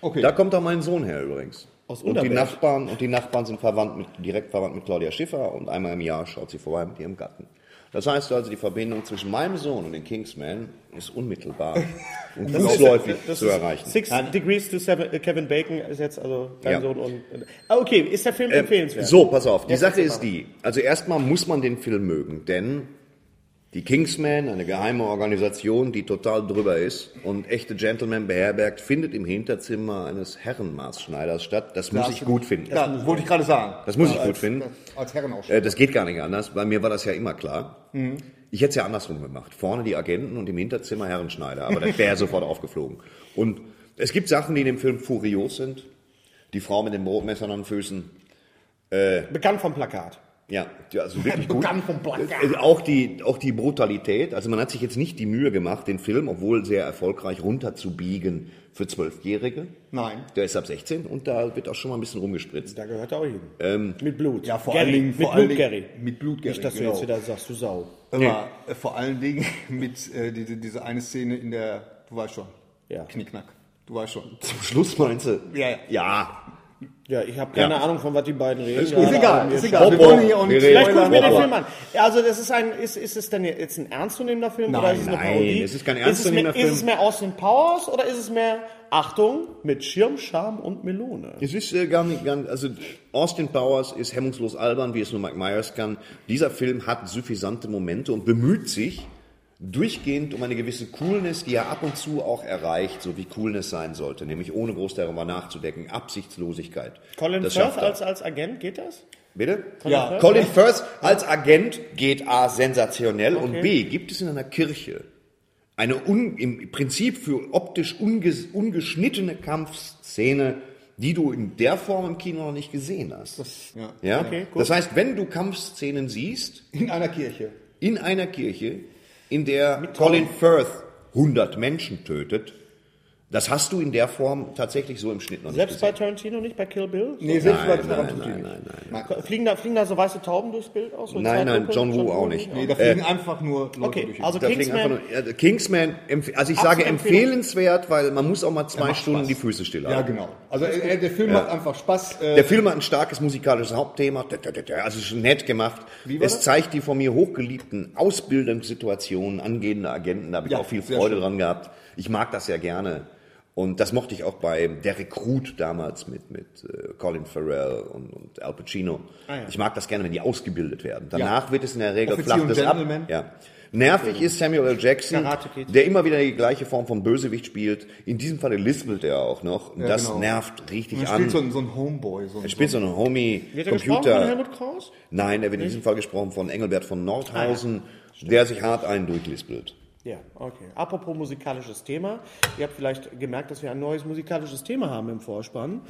Okay. Da kommt auch mein Sohn her übrigens. Aus und die Unterberg? Nachbarn und die Nachbarn sind verwandt mit, direkt verwandt mit Claudia Schiffer und einmal im Jahr schaut sie vorbei mit ihrem Gatten. Das heißt also, die Verbindung zwischen meinem Sohn und den Kingsmen ist unmittelbar und fußläufig zu erreichen. Six Degrees to seven, äh, Kevin Bacon ist jetzt also dein Ja. Sohn und. und- Ah, okay, ist der Film Ähm, empfehlenswert? Ähm, So, pass auf. Die Jetzt Sache erzähl ist die. Also erstmal muss man den Film mögen, denn die Kingsmen, eine geheime Organisation, die total drüber ist und echte Gentlemen beherbergt, findet im Hinterzimmer eines Herrenmaßschneiders statt. Das muss ich gut finden. Ja, wollte ich gerade sagen. Das muss ich als- gut finden. Als Herrenausschlag. Äh, das geht gar nicht anders. Bei mir war das ja immer klar. Ich hätte es ja andersrum gemacht. Vorne die Agenten und im Hinterzimmer Herrenschneider. Aber das wäre sofort aufgeflogen. Und es gibt Sachen, die in dem Film furios sind. Die Frau mit dem Brotmesser an den Füßen. mal. Bekannt vom Plakat. Ja, die- also wirklich gut. Begann vom Plakat. Äh, Auch die, auch die Brutalität. Also man hat sich jetzt nicht die Mühe gemacht, den Film, obwohl sehr erfolgreich, runterzubiegen für Zwölfjährige. Nein. Der ist ab 16 und da wird auch schon mal ein bisschen rumgespritzt. Da gehört er auch hin. mit Blut. Ähm, Ja, vor Gary, allen Dingen. Mit vor Blut, allen Dingen- Gary. Mit Blut, Gary. Nicht, dass du genau. jetzt wieder sagst, du Sau. Aber äh, vor allen Dingen mit äh, die, die, diese eine Szene in der, du weißt schon, Ja. Knickknack. Du weißt schon. Zum Schluss meinst du? Ja, ja. Ja. Ja, ich habe keine Ja. Ahnung, von was die beiden reden. Ist gut. Ja, Ist aber egal, mir ist egal. Wir Bobo. wollen hier auch nicht Wir reden. Vielleicht gucken wir den Spoiler. Film an. Also das ist ein, ist, ist es denn jetzt ein ernstzunehmender Film oder ist es eine nein, Parodie? es ist kein es mehr- ernstzunehmender Film. Ist es mehr Austin Powers oder ist es mehr Achtung mit Schirm, Charme und Melone? Es ist äh, gar nicht ganz, also Austin Powers ist hemmungslos albern, wie es nur Mike Myers kann. Dieser Film hat suffisante Momente und bemüht sich durchgehend um eine gewisse Coolness, die er ab und zu auch erreicht, so wie Coolness sein sollte, nämlich ohne groß darüber nachzudenken, Absichtslosigkeit. Colin Das Firth schafft er. als, als Agent, geht das? Bitte? Ja. Firth? Colin Firth als Agent geht A sensationell und B gibt es in einer Kirche eine un, im Prinzip für optisch unges, ungeschnittene Kampfszene, die du in der Form im Kino noch nicht gesehen hast. Ja. ja? Okay, gut. das heißt, wenn du Kampfszenen siehst In einer Kirche. in einer Kirche, in der Colin Firth 100 Menschen tötet, das hast du in der Form tatsächlich so im Schnitt noch nicht Selbst bei gesehen. Tarantino nicht, bei Kill Bill? Nee, selbst bei nein, nein, nein, Tarantino. nein, nein. So, Fliegen da, fliegen da so weiße Tauben durchs Bild aus? So Nein, nein, Zeitlupe? John Woo auch nicht. Nee, da fliegen einfach nur Leute Okay, durch. die also Da fliegen Kingsman- einfach nur- also Kingsman, empf- also ich sage Empfehlung. empfehlenswert, weil man muss auch mal zwei macht Stunden Spaß. die Füße stillhalten. Ja, genau. Also äh, der Film macht einfach Spaß. Äh, Der Film hat ein starkes musikalisches Hauptthema, also es ist nett gemacht. war Es das? zeigt die von mir hochgeliebten Ausbildungssituationen angehender Agenten, da habe ich Ja, auch viel sehr Freude schön. dran gehabt. Ich mag das sehr gerne. Und das mochte ich auch bei Der Recruit damals mit, mit äh, Colin Farrell und, und Al Pacino. Ich mag das gerne, wenn die ausgebildet werden. Danach wird es in der Ah, Regel Offizier flacht und es ab. Gentleman. Ja. Nervig ist Samuel L. Jackson, Karate Kid. der immer wieder die gleiche Form von Bösewicht spielt. In diesem Falle lispelt er auch noch. Und das genau. nervt richtig man an. spielt so ein, so ein Homeboy. So ein, Er spielt so einen Homie Wird er gesprochen von Computer. Helmut Kraus? Nein, er wird in diesem Fall gesprochen von Engelbert von Nordhausen, Ah, der sich hart einen durchlispelt. Ja, okay. Apropos musikalisches Thema. Ihr habt vielleicht gemerkt, dass wir ein neues musikalisches Thema haben im Vorspann.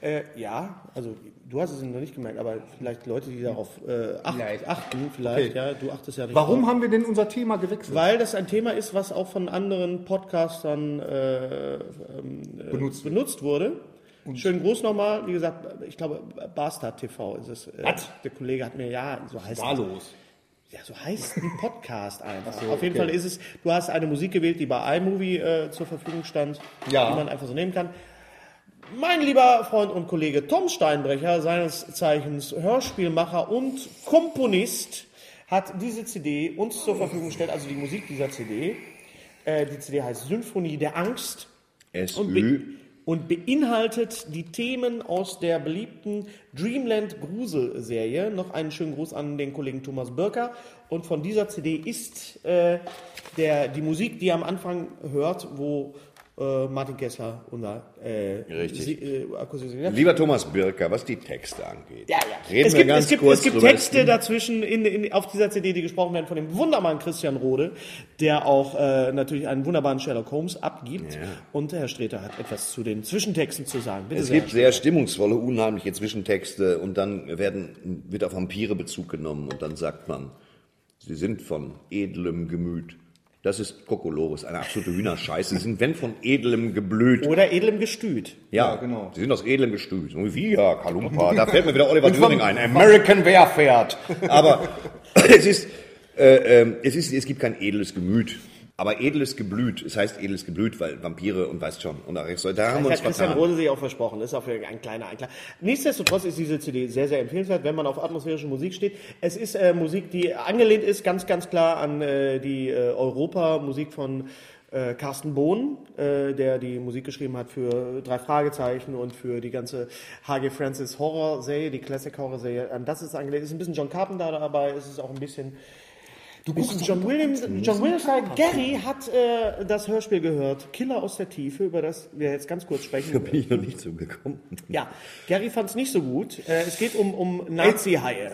Äh, ja, also du hast es noch nicht gemerkt, aber vielleicht Leute, die darauf äh, acht, Vielleicht. achten, vielleicht, Okay. ja, du achtest ja nicht Warum drauf. haben wir denn unser Thema gewechselt? Weil das ein Thema ist, was auch von anderen Podcastern äh, benutzt. benutzt wurde. Schönen Gruß nochmal. Wie gesagt, ich glaube, Bastard TV ist es. Äh, Was? Der Kollege hat mir, ja, so heißt war es. los? Ja, so heißt ein Podcast einfach. Auf jeden Fall ist es, du hast eine Musik gewählt, die bei iMovie äh, zur Verfügung stand, Ja. die man einfach so nehmen kann. Mein lieber Freund und Kollege Tom Steinbrecher, seines Zeichens Hörspielmacher und Komponist, hat diese CD uns zur Verfügung gestellt, also die Musik dieser CD. Äh, die CD heißt Symphonie der Angst und, be SÜ. und beinhaltet die Themen aus der beliebten Dreamland Grusel-Serie. Noch einen schönen Gruß an den Kollegen Thomas Birker. Und von dieser CD ist äh, der, die Musik, die ihr am Anfang hört, wo äh, Martin Kessler unser äh, Richtig. Sie, äh, Akkusationär- Lieber Thomas Birker, was die Texte angeht. ja, ja. Reden es wir gibt, ganz es gibt, kurz es gibt drüber. Texte dazwischen in, in, auf dieser CD, die gesprochen werden von dem Wundermann Christian Rode, der auch äh, natürlich einen wunderbaren Sherlock Holmes abgibt. Und Herr Streter hat etwas zu den Zwischentexten zu sagen. Bitte Es sehr. gibt sehr stimmungsvolle, unheimliche Zwischentexte und dann werden, wird auf Vampire Bezug genommen und dann sagt man, sie sind von edlem Gemüt. Das ist Kokolores, eine absolute Hühnerscheiße. Sie sind, wenn von edlem Geblüt. Oder edlem Gestüt. Ja, Ja, genau. Sie sind aus edlem Gestüt. So wie wir, Kalumpa. Da fällt mir wieder Oliver Und vom- Düring ein. American Wehrpferd. Aber es ist, äh, ähm, es ist, es gibt kein edles Gemüt. Aber edles Geblüt, es heißt edles Geblüt, weil Vampire und weißt schon. Und da haben wir Das uns hat Christian vertan. Rose sich auch versprochen. Ist auch für ein kleiner Einklang. Nichtsdestotrotz ist diese CD sehr, sehr empfehlenswert, wenn man auf atmosphärische Musik steht. Es ist äh, Musik, die angelehnt ist, ganz, ganz klar an äh, die äh, Europa-Musik von äh, Carsten Bohn, äh, der die Musik geschrieben hat für drei Fragezeichen und für die ganze H.G. Francis Horror-Serie, die Classic-Horror-Serie. An das ist angelehnt. Ist ein bisschen John Carpenter dabei, ist es ist auch ein bisschen Du guckst John Williams, John Williams sagt, Gary hat äh, das Hörspiel gehört, Killer aus der Tiefe, über das wir jetzt ganz kurz sprechen. Bin ich noch nicht zugekommen. Ja, Gary fand es nicht so gut. Äh, es geht um, um Nazi-Haie.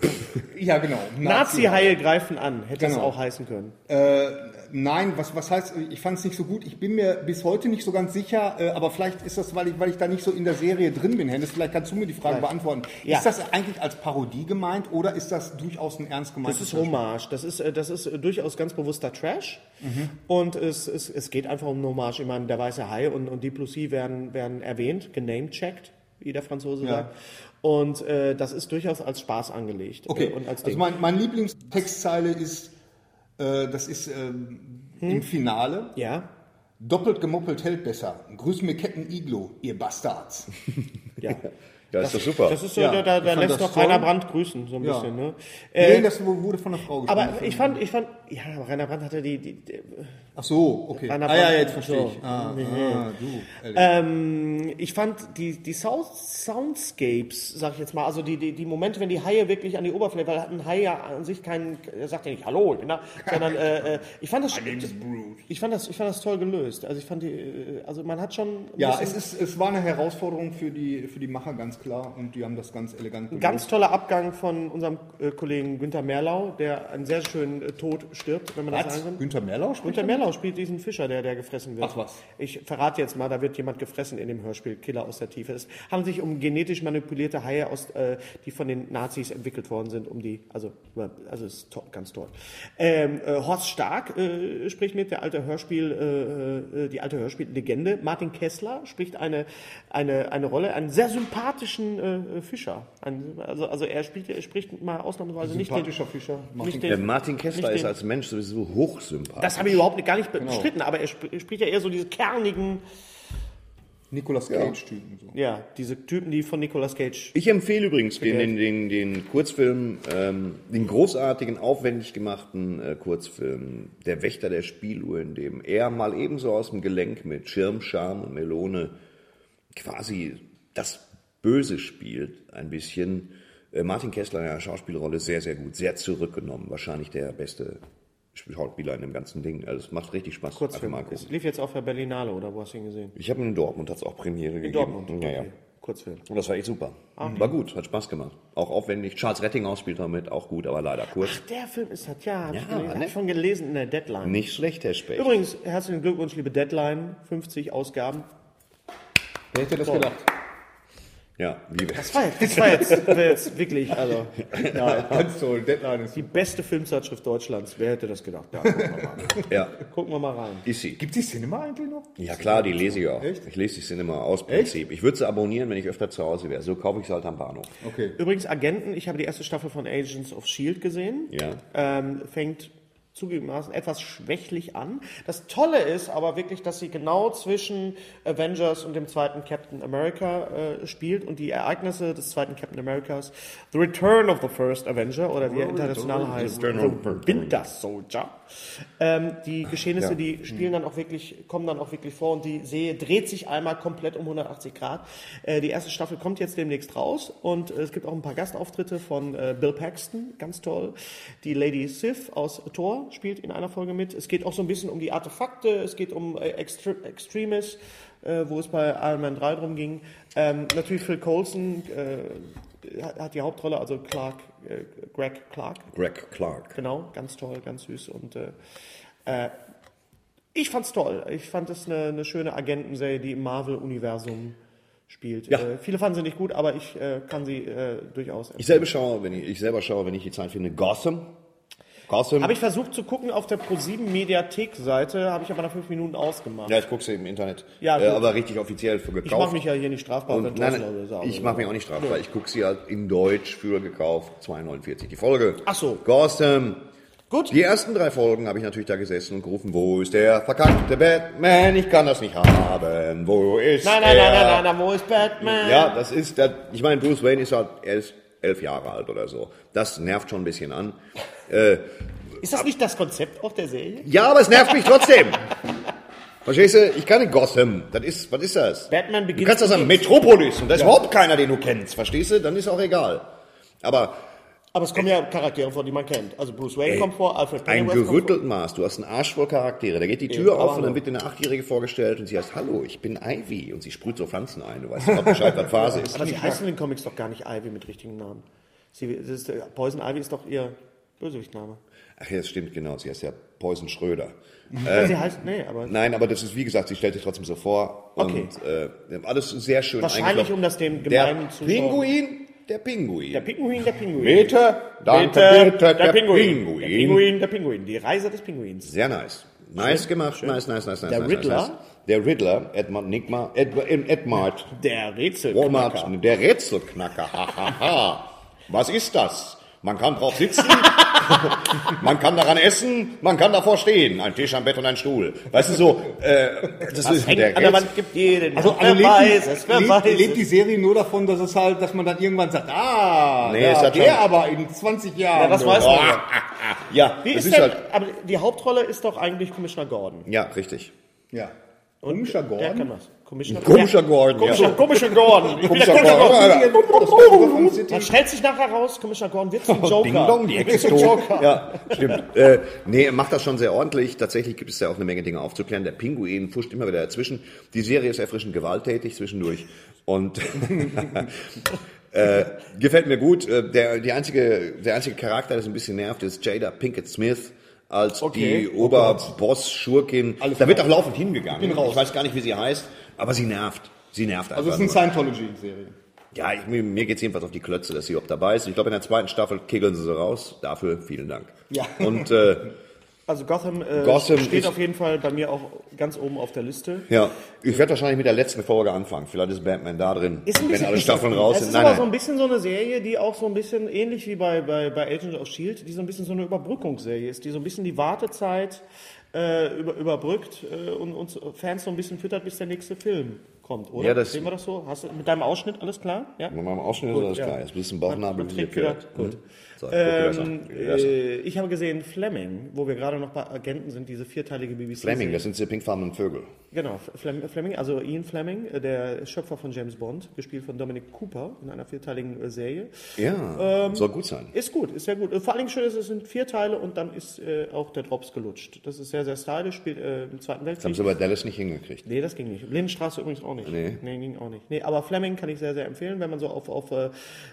Ah, Ja, genau. Nazi-Haie greifen an, hätte es Genau. auch heißen können. Nein, was, was heißt, ich fand es nicht so gut. Ich bin mir bis heute nicht so ganz sicher, äh, aber vielleicht ist das, weil ich, weil ich da nicht so in der Serie drin bin, Hennes. Vielleicht kannst du mir die Frage beantworten. Ja. Ist das eigentlich als Parodie gemeint oder ist das durchaus ein ernst gemeintes Das ist Hommage. Das ist, äh, das ist äh, durchaus ganz bewusster Trash. Mhm. Und es, es, es geht einfach um Hommage. Ich meine, der weiße Hai und, und die Lucie werden, werden erwähnt, genamecheckt, wie der Franzose sagt. Und äh, das ist durchaus als Spaß angelegt. Okay, Äh, und als also Ding. mein, mein Lieblingstextzeile ist, äh, das ist ähm, im Finale, ja, doppelt gemoppelt hält besser. Grüß mir Captain Iglo, ihr Bastards. ja. Ja, ist doch super. Das ist so, Ja, da, da, ich da fand lässt das doch toll. Rainer Brandt grüßen, so ein Ja. bisschen. Ne? nee, Äh, das wurde von einer Frau gesprochen. aber ich fand, ich fand, ja, aber Rainer Brandt hatte die, die, die Ach so, okay. Rainer Ah ja, Brandt- jetzt verstehe so. ich. Ah, ah, du, Alex. ich fand die, die Sound, Soundscapes, sag ich jetzt mal, also die, die, die Momente, wenn die Haie wirklich an die Oberfläche, weil ein Hai ja an sich keinen, er sagt ja nicht Hallo, ich bin da", sondern äh, äh, ich fand das ich fand das, ich fand das toll gelöst. Also ich fand die, äh, also man hat schon ein Ja, bisschen- es, ist, es war eine Herausforderung für die, für die Macher, ganz klar. Und die haben das ganz elegant gemacht. Ganz toller Abgang von unserem äh, Kollegen Günther Merlau, der einen sehr schönen äh, Tod stirbt, wenn man das sagen kann. Günter Merlau spricht? Günter Merlau spielt diesen Fischer, der, der gefressen wird. Ach was. Ich verrate jetzt mal, da wird jemand gefressen in dem Hörspiel Killer aus der Tiefe. Es haben sich um genetisch manipulierte Haie, aus, äh, die von den Nazis entwickelt worden sind, um die, also, also ist to ganz toll. Ähm, äh, Horst Stark äh, spricht mit, der alte Hörspiel, äh, äh, die alte Hörspiellegende. Martin Kessler spricht eine, eine, eine Rolle, einen sehr sympathischen äh, äh, Fischer. Ein, also, also er, spielt, er spricht mal ausnahmsweise nicht den, Sympathischer Fischer. nicht Der den Martin Kessler nicht ist den- als Mensch sowieso hochsympathisch. das habe ich überhaupt nicht, gar Genau. nicht bestritten, aber er sp- er spricht ja eher so diese kernigen, Nicolas Cage-Typen. So. ja, diese Typen, die von Nicolas Cage. Ich empfehle übrigens den, den, den, den Kurzfilm, ähm, den großartigen, aufwendig gemachten äh, Kurzfilm Der Wächter der Spieluhr, in dem er mal ebenso aus dem Gelenk mit Schirm, Scham und Melone quasi das Böse spielt, ein bisschen. Äh, Martin Kessler in der Schauspielrolle sehr, sehr gut, sehr zurückgenommen. Wahrscheinlich der beste Schauspieler in dem ganzen Ding. Also es macht richtig Spaß. Kurzfilm. Einfach mal Es gucken. lief jetzt auf der Berlinale, oder wo hast du ihn gesehen? Ich habe ihn in Dortmund, hat es auch Premiere gegeben. Dortmund. Ja, ja. Okay. Kurzfilm. Und das war echt super. War gut, hat Spaß gemacht. Auch aufwendig. Charles Rettinghaus spielt damit, auch gut, aber leider kurz. Der Film ist das, ja, hab ich, Ja, gelesen, hab ne? ich schon gelesen in der Deadline. Nicht schlecht, Herr Specht. Übrigens, herzlichen Glückwunsch, liebe Deadline, 50 Ausgaben. Wer hätte das gedacht? Ja, wie Das war jetzt, das war jetzt, war jetzt wirklich, also, ja, Ganz toll, Deadline ist die beste Filmzeitschrift Deutschlands. Wer hätte das gedacht? Ja, gucken, wir mal. Ja, gucken wir mal rein. ist sie. Gibt es die Cinema eigentlich noch? Ja klar, die lese ich auch. Echt? Ich lese die Cinema aus Prinzip. Ich würde sie abonnieren, wenn ich öfter zu Hause wäre. So kaufe ich sie halt am Bahnhof. Okay. Übrigens, Agenten, ich habe die erste Staffel von Agents of S.H.I.E.L.D. E gesehen. Ja. ähm, fängt zugegebenermaßen etwas schwächlich an. Das Tolle ist aber wirklich, dass sie genau zwischen Avengers und dem zweiten Captain America äh, spielt und die Ereignisse des zweiten Captain Americas, The Return of the First Avenger oder wie er international heißt, The Winter Soldier, ähm, die Geschehnisse, die spielen dann auch wirklich, kommen dann auch wirklich vor und die Serie dreht sich einmal komplett um 180 Grad. Äh, die erste Staffel kommt jetzt demnächst raus und äh, es gibt auch ein paar Gastauftritte von äh, Bill Paxton, ganz toll. Die Lady Sif aus Thor spielt in einer Folge mit. Es geht auch so ein bisschen um die Artefakte, es geht um äh, Extre Extremis, äh, wo es bei Iron Man 3 drum ging. Ähm, natürlich Phil Coulson äh, hat hat die Hauptrolle, also Clark, äh, Greg Clark, Greg Clark. Genau, ganz toll, ganz süß und äh, äh, ich fand's toll. Ich fand es eine, eine schöne Agentenserie, die im Marvel-Universum spielt. Ja. Äh, viele fanden sie nicht gut, aber ich äh, kann sie äh, durchaus. Ich selber schaue, wenn ich, ich selber schaue, wenn ich die Zeit finde. Gotham. Gotham. Habe ich versucht zu gucken auf der ProSieben Mediathek-Seite, habe ich aber nach fünf Minuten ausgemacht. ja, ich gucke sie im Internet. Ja, äh, gut. aber richtig offiziell für gekauft. ich mache mich ja hier nicht strafbar, Und, nein, Torsten das nein, sagt. ich mache mich auch nicht strafbar. Ich gucke sie halt in Deutsch für gekauft, 2,49 die Folge. Ach so. Gotham, Gut. Die ersten drei Folgen habe ich natürlich da gesessen und gerufen, wo ist der verkackte Batman? Ich kann das nicht haben. Wo ist Nein, nein, er? nein, nein, nein, nein, wo ist Batman? Ja, das ist, das, ich meine, Bruce Wayne ist halt, er ist elf Jahre alt oder so. Das nervt schon ein bisschen an. Ist das nicht das Konzept auch der Serie? Ja, aber es nervt mich trotzdem. Verstehst du? Ich kann in Gotham. Das ist, was ist das? Batman Du beginnt. kannst das sagen, Metropolis. Und da ist überhaupt keiner, den du kennst. Verstehst du? Dann ist auch egal. Aber Aber es kommen ja Charaktere vor, die man kennt. Also Bruce Wayne kommt vor, Alfred ein Pennyworth kommt vor. gerütteltes Maß. Du hast einen Arsch voll Charaktere. Da geht die Tür Ja, aber auf und dann hallo. wird dir eine Achtjährige vorgestellt und sie heißt, hallo, ich bin Ivy. Und sie sprüht so Pflanzen ein. Du weißt nicht, ob Bescheid, was Phase ist. Aber sie heißen in den Comics doch gar nicht Ivy mit richtigen Namen. Sie, das ist, äh, Poison Ivy ist doch ihr Bösewichtname. Ach ja, das stimmt, genau. Sie heißt ja Poison Schröder. sie heißt, nee, aber Äh, Nein, aber das ist, wie gesagt, sie stellt sich trotzdem so vor. Okay. Und, äh, alles sehr schön Wahrscheinlich, eingeklopft. um das dem Der gemeinen Zuschauer- Pinguin, der Pinguin. der Pinguin, der Pinguin. Bitte, danke, Bitte, bitte, der, der Pinguin. Der Pinguin. Pinguin, der Pinguin. Die Reise des Pinguins. Sehr nice. Nice gemacht, nice, nice, nice, nice. Der nice, Riddler? Nice, nice. Der Riddler, Edmund Nigma, Edward, Edmund, Der Rätsel. Walmart, der Rätselknacker, hahaha. Was ist das? Man kann drauf sitzen, man kann daran essen, man kann davor stehen. Ein Tisch, ein Bett und ein Stuhl. Weißt du so, äh, das, ist Hängt der an der Rätsel. Wand gibt jeden. Also, wer also lebt, weiß die, es, wer lebt, weiß lebt die es. Serie nur davon, dass es halt, dass man dann irgendwann sagt, ah, Nee, ja, es hat der schon- aber in 20 Jahren. Ja, das weiß Oh, man. ah, ja. ah, ah. Ja, Wie das ist ist denn, halt, aber die Hauptrolle ist doch eigentlich Commissioner Gordon. ja, richtig. Ja. Komischer Der kann Gordon. das. Commissioner Komischer Ja. Gordon, Komischer, ja. komischer Gordon. Ich bin der Komischer Commissioner Oh, Gordon. Gordon. Ja, Dann Äh, Also, stellt sich nachher raus, Commissioner Gordon wird zum Ding Dong, Joker. die Hexe ist tot. Ja, stimmt. Äh, nee, er macht das schon sehr ordentlich. Tatsächlich gibt es ja auch eine Menge Dinge aufzuklären. Der Pinguin fuscht immer wieder dazwischen. Die Serie ist erfrischend gewalttätig zwischendurch. Und äh, gefällt mir gut. Äh, Der, die einzige, der einzige Charakter, der so ein bisschen nervt, ist Jada Pinkett Smith als Okay. Oh die Oberboss-Schurkin. Alles da wird auch klar. laufend hingegangen. Bin raus. Ich weiß gar nicht, wie sie heißt, aber sie nervt. Sie nervt einfach. Also, es ist eine nur. Scientology-Serie. Ja, ich, mir, mir geht's jedenfalls auf die Klötze, dass sie ob dabei ist. Ich glaube, in der zweiten Staffel kegeln sie sie raus. Dafür vielen Dank. Ja. Und äh, Also Gotham, äh, Gotham steht ist- auf jeden Fall bei mir auch ganz oben auf der Liste. ja, ich werde wahrscheinlich mit der letzten Folge anfangen. Vielleicht ist Batman da drin, Ist ein wenn bisschen- alle Staffeln raus Es sind. ist Nein, aber nein. so ein bisschen so eine Serie, die auch so ein bisschen ähnlich wie bei, bei, bei Agent of Shield, E die so ein bisschen so eine Überbrückungsserie ist, die so ein bisschen die Wartezeit äh, über, überbrückt äh, und uns Fans so ein bisschen füttert, bis der nächste Film kommt, oder? Ja, das- Sehen wir das so? Hast du mit deinem Ausschnitt alles klar? Ja. Mit meinem Ausschnitt ist alles ja. klar. Jetzt bist du ein Bauchnabel Man- man hier trägt wieder- gehört. gut. Mhm. So, guck dir das Ähm, an. Guck dir das an. äh, ich habe gesehen Fleming, wo wir gerade noch bei Agenten sind, diese vierteilige BBC. Fleming, das sind diese pinkfarbenen Vögel. Genau, Flem Fleming, also Ian Fleming, äh, der Schöpfer von James Bond, gespielt von Dominic Cooper in einer vierteiligen äh, Serie. Ja, Ähm, soll gut sein. Ist gut, ist sehr gut. Äh, Vor allem schön ist, es sind vier Teile und dann ist äh, auch der Drops gelutscht. Das ist sehr, sehr stylisch, spielt äh, im Zweiten Das haben Weltkrieg. sie bei Dallas nicht hingekriegt. Nee, das ging nicht. Lindenstraße übrigens auch nicht. Nee. ging auch nicht. Nee, aber Fleming kann ich sehr, sehr empfehlen, wenn man so auf, auf äh,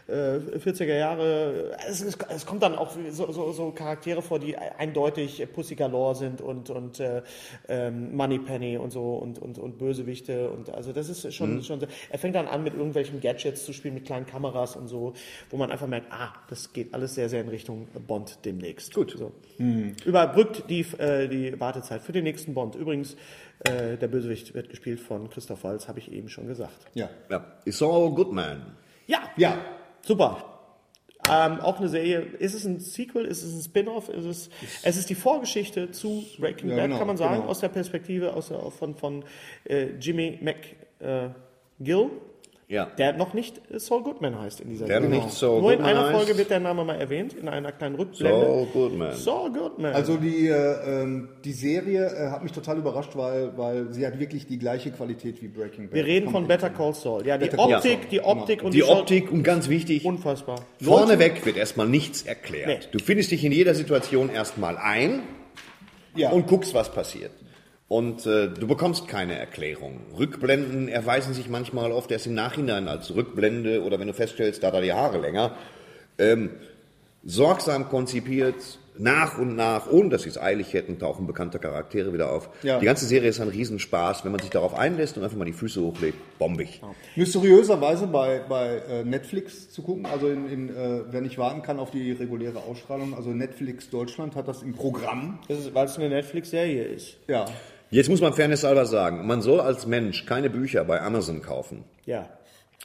äh, 40er Jahre. Es, es, es kommt dann auch so, so, so Charaktere vor, die eindeutig Pussy Galore sind und, und äh, ähm, Moneypenny und so und, und, und Bösewichte. Und also das ist schon, schon sehr, Er fängt dann an, mit irgendwelchen Gadgets zu spielen, mit kleinen Kameras und so, wo man einfach merkt, ah, das geht alles sehr, sehr in Richtung Bond demnächst. Gut. So. Überbrückt die, äh, die Wartezeit für den nächsten Bond. Übrigens, äh, der Bösewicht wird gespielt von Christoph Waltz, habe ich eben schon gesagt. Ja. Ja, it's all good, man. Ja, Ja. super. Ähm, auch eine Serie. Ist es ein Sequel? Ist es ein Spin-off? Ist es, es ist die Vorgeschichte zu Breaking Ja, Bad, genau, kann man sagen, genau. aus der Perspektive aus der, von, von äh, Jimmy McGill, Ja. der noch nicht äh, Saul Goodman heißt in dieser Der Serie. noch nicht Saul Nur in Goodman einer heißt. Folge wird der Name mal erwähnt, in einer kleinen Rückblende. Saul Goodman. Saul Goodman. Also die, äh, ähm, die Serie äh, hat mich total überrascht, weil, weil sie hat wirklich die gleiche Qualität wie Breaking Bad. Wir reden von Kommt- Better Call Saul. Ja, die Better Call Optik, Saul. die Optik Genau. und Die Saul- Optik und ganz wichtig, Unfassbar. vorneweg wird erstmal nichts erklärt. Nee. Du findest dich in jeder Situation erstmal ein Ja. und guckst, was passiert. Und äh, du bekommst keine Erklärung. Rückblenden erweisen sich manchmal oft erst im Nachhinein als Rückblende oder wenn du feststellst, da hat er die Haare länger. Ähm, sorgsam konzipiert, nach und nach, ohne dass sie es eilig hätten, tauchen bekannte Charaktere wieder auf. Ja. Die ganze Serie ist ein Riesenspaß, wenn man sich darauf einlässt und einfach mal die Füße hochlegt. Bombig. Mysteriöserweise bei, bei äh, Netflix zu gucken, also in, in, äh, wer nicht warten kann auf die reguläre Ausstrahlung, also Netflix Deutschland hat das im Programm. Das ist, weil es eine Netflix-Serie ist. Ja. Jetzt muss man fairness halber sagen, man soll als Mensch keine Bücher bei Amazon kaufen. Ja.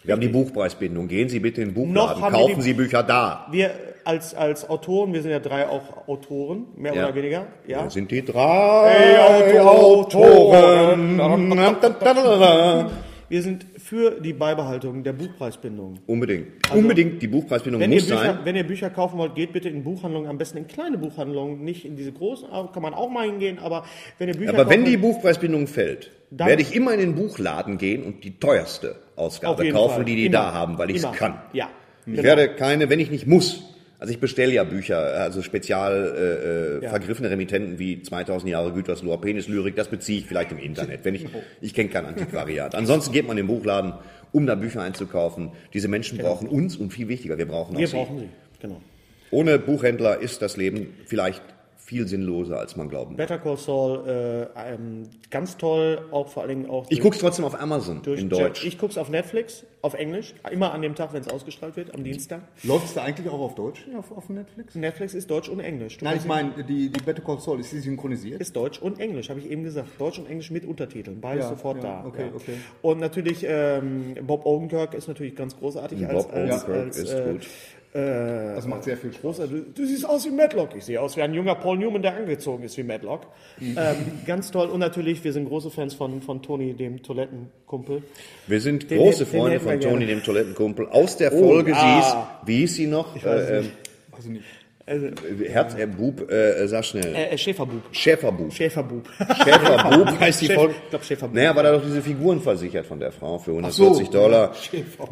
Wir haben die Buchpreisbindung. Gehen Sie bitte in den Noch Buchladen, haben wir kaufen die- Sie Bücher da. Wir als, als Autoren, wir sind ja drei auch Autoren, mehr Ja. oder weniger. Ja. Da sind die drei Drei Autoren. Autoren. Wir sind für die Beibehaltung der Buchpreisbindung. Unbedingt. Unbedingt, die Buchpreisbindung Also, Wenn ihr, muss Bücher, sein. wenn ihr Bücher kaufen wollt, geht bitte in Buchhandlungen, am besten in kleine Buchhandlungen, nicht in diese großen, aber kann man auch mal hingehen, aber wenn ihr Bücher Aber wenn kaufen die wollt- Buchpreisbindung fällt, Dann- werde ich immer in den Buchladen gehen und die teuerste Auf Ausgabe jeden kaufen, Fall. die die Immer. da haben, weil ich es Immer. kann. Ja. Ich Genau. werde keine, wenn ich nicht muss. Also ich bestelle ja Bücher, also spezial äh, äh, vergriffene Remittenten wie 2000 Jahre Gütersloher Penislyrik, das beziehe ich vielleicht im Internet, wenn ich, Oh. ich kenne kein Antiquariat. Ansonsten geht man in den Buchladen, um da Bücher einzukaufen. Diese Menschen brauchen uns und viel wichtiger, wir brauchen Genau. wir auch brauchen sie. Genau. sie. Ohne Buchhändler ist das Leben vielleicht viel sinnloser, als man glauben mag. Better Call Saul, äh, ähm, ganz toll, auch vor allen Dingen auch Ich gucke es trotzdem auf Amazon durch in Deutsch. Ich guck's auf Netflix, auf Englisch, immer an dem Tag, wenn es ausgestrahlt wird, am Dienstag. Läuft's da eigentlich auch auf Deutsch auf, auf Netflix? Netflix ist Deutsch und Englisch. Du Nein, kannst- ich meine, die, die Better Call Saul, ist die synchronisiert? ist Deutsch und Englisch, habe ich eben gesagt. Deutsch und Englisch mit Untertiteln, beides Ja, sofort ja, da. okay, ja. okay. Und natürlich ähm, Bob Odenkirk ist natürlich ganz großartig als, Bob als, Odenkirk als ist äh, gut. Das macht sehr viel Spaß. großer. Du, du siehst aus wie Madlock. Ich sehe aus wie ein junger Paul Newman, der angezogen ist wie Madlock. ähm, ganz toll. Und natürlich, wir sind große Fans von von Toni, dem Toilettenkumpel. Wir sind Den große hätten- den Freunde hätten wir von Toni, gerne. Oh, dem Toilettenkumpel. Aus der Folge ah. hieß, wie hieß sie noch? Äh, äh, Herz, äh, Bub, äh, äh, sag schnell. Also, Äh, äh, Schäferbub. Schäferbub. Schäferbub. Schäferbub heißt die Schäfer- Folge. ich glaub, Schäferbub. Naja, war da doch diese Figuren versichert von der Frau für 140 Dollar.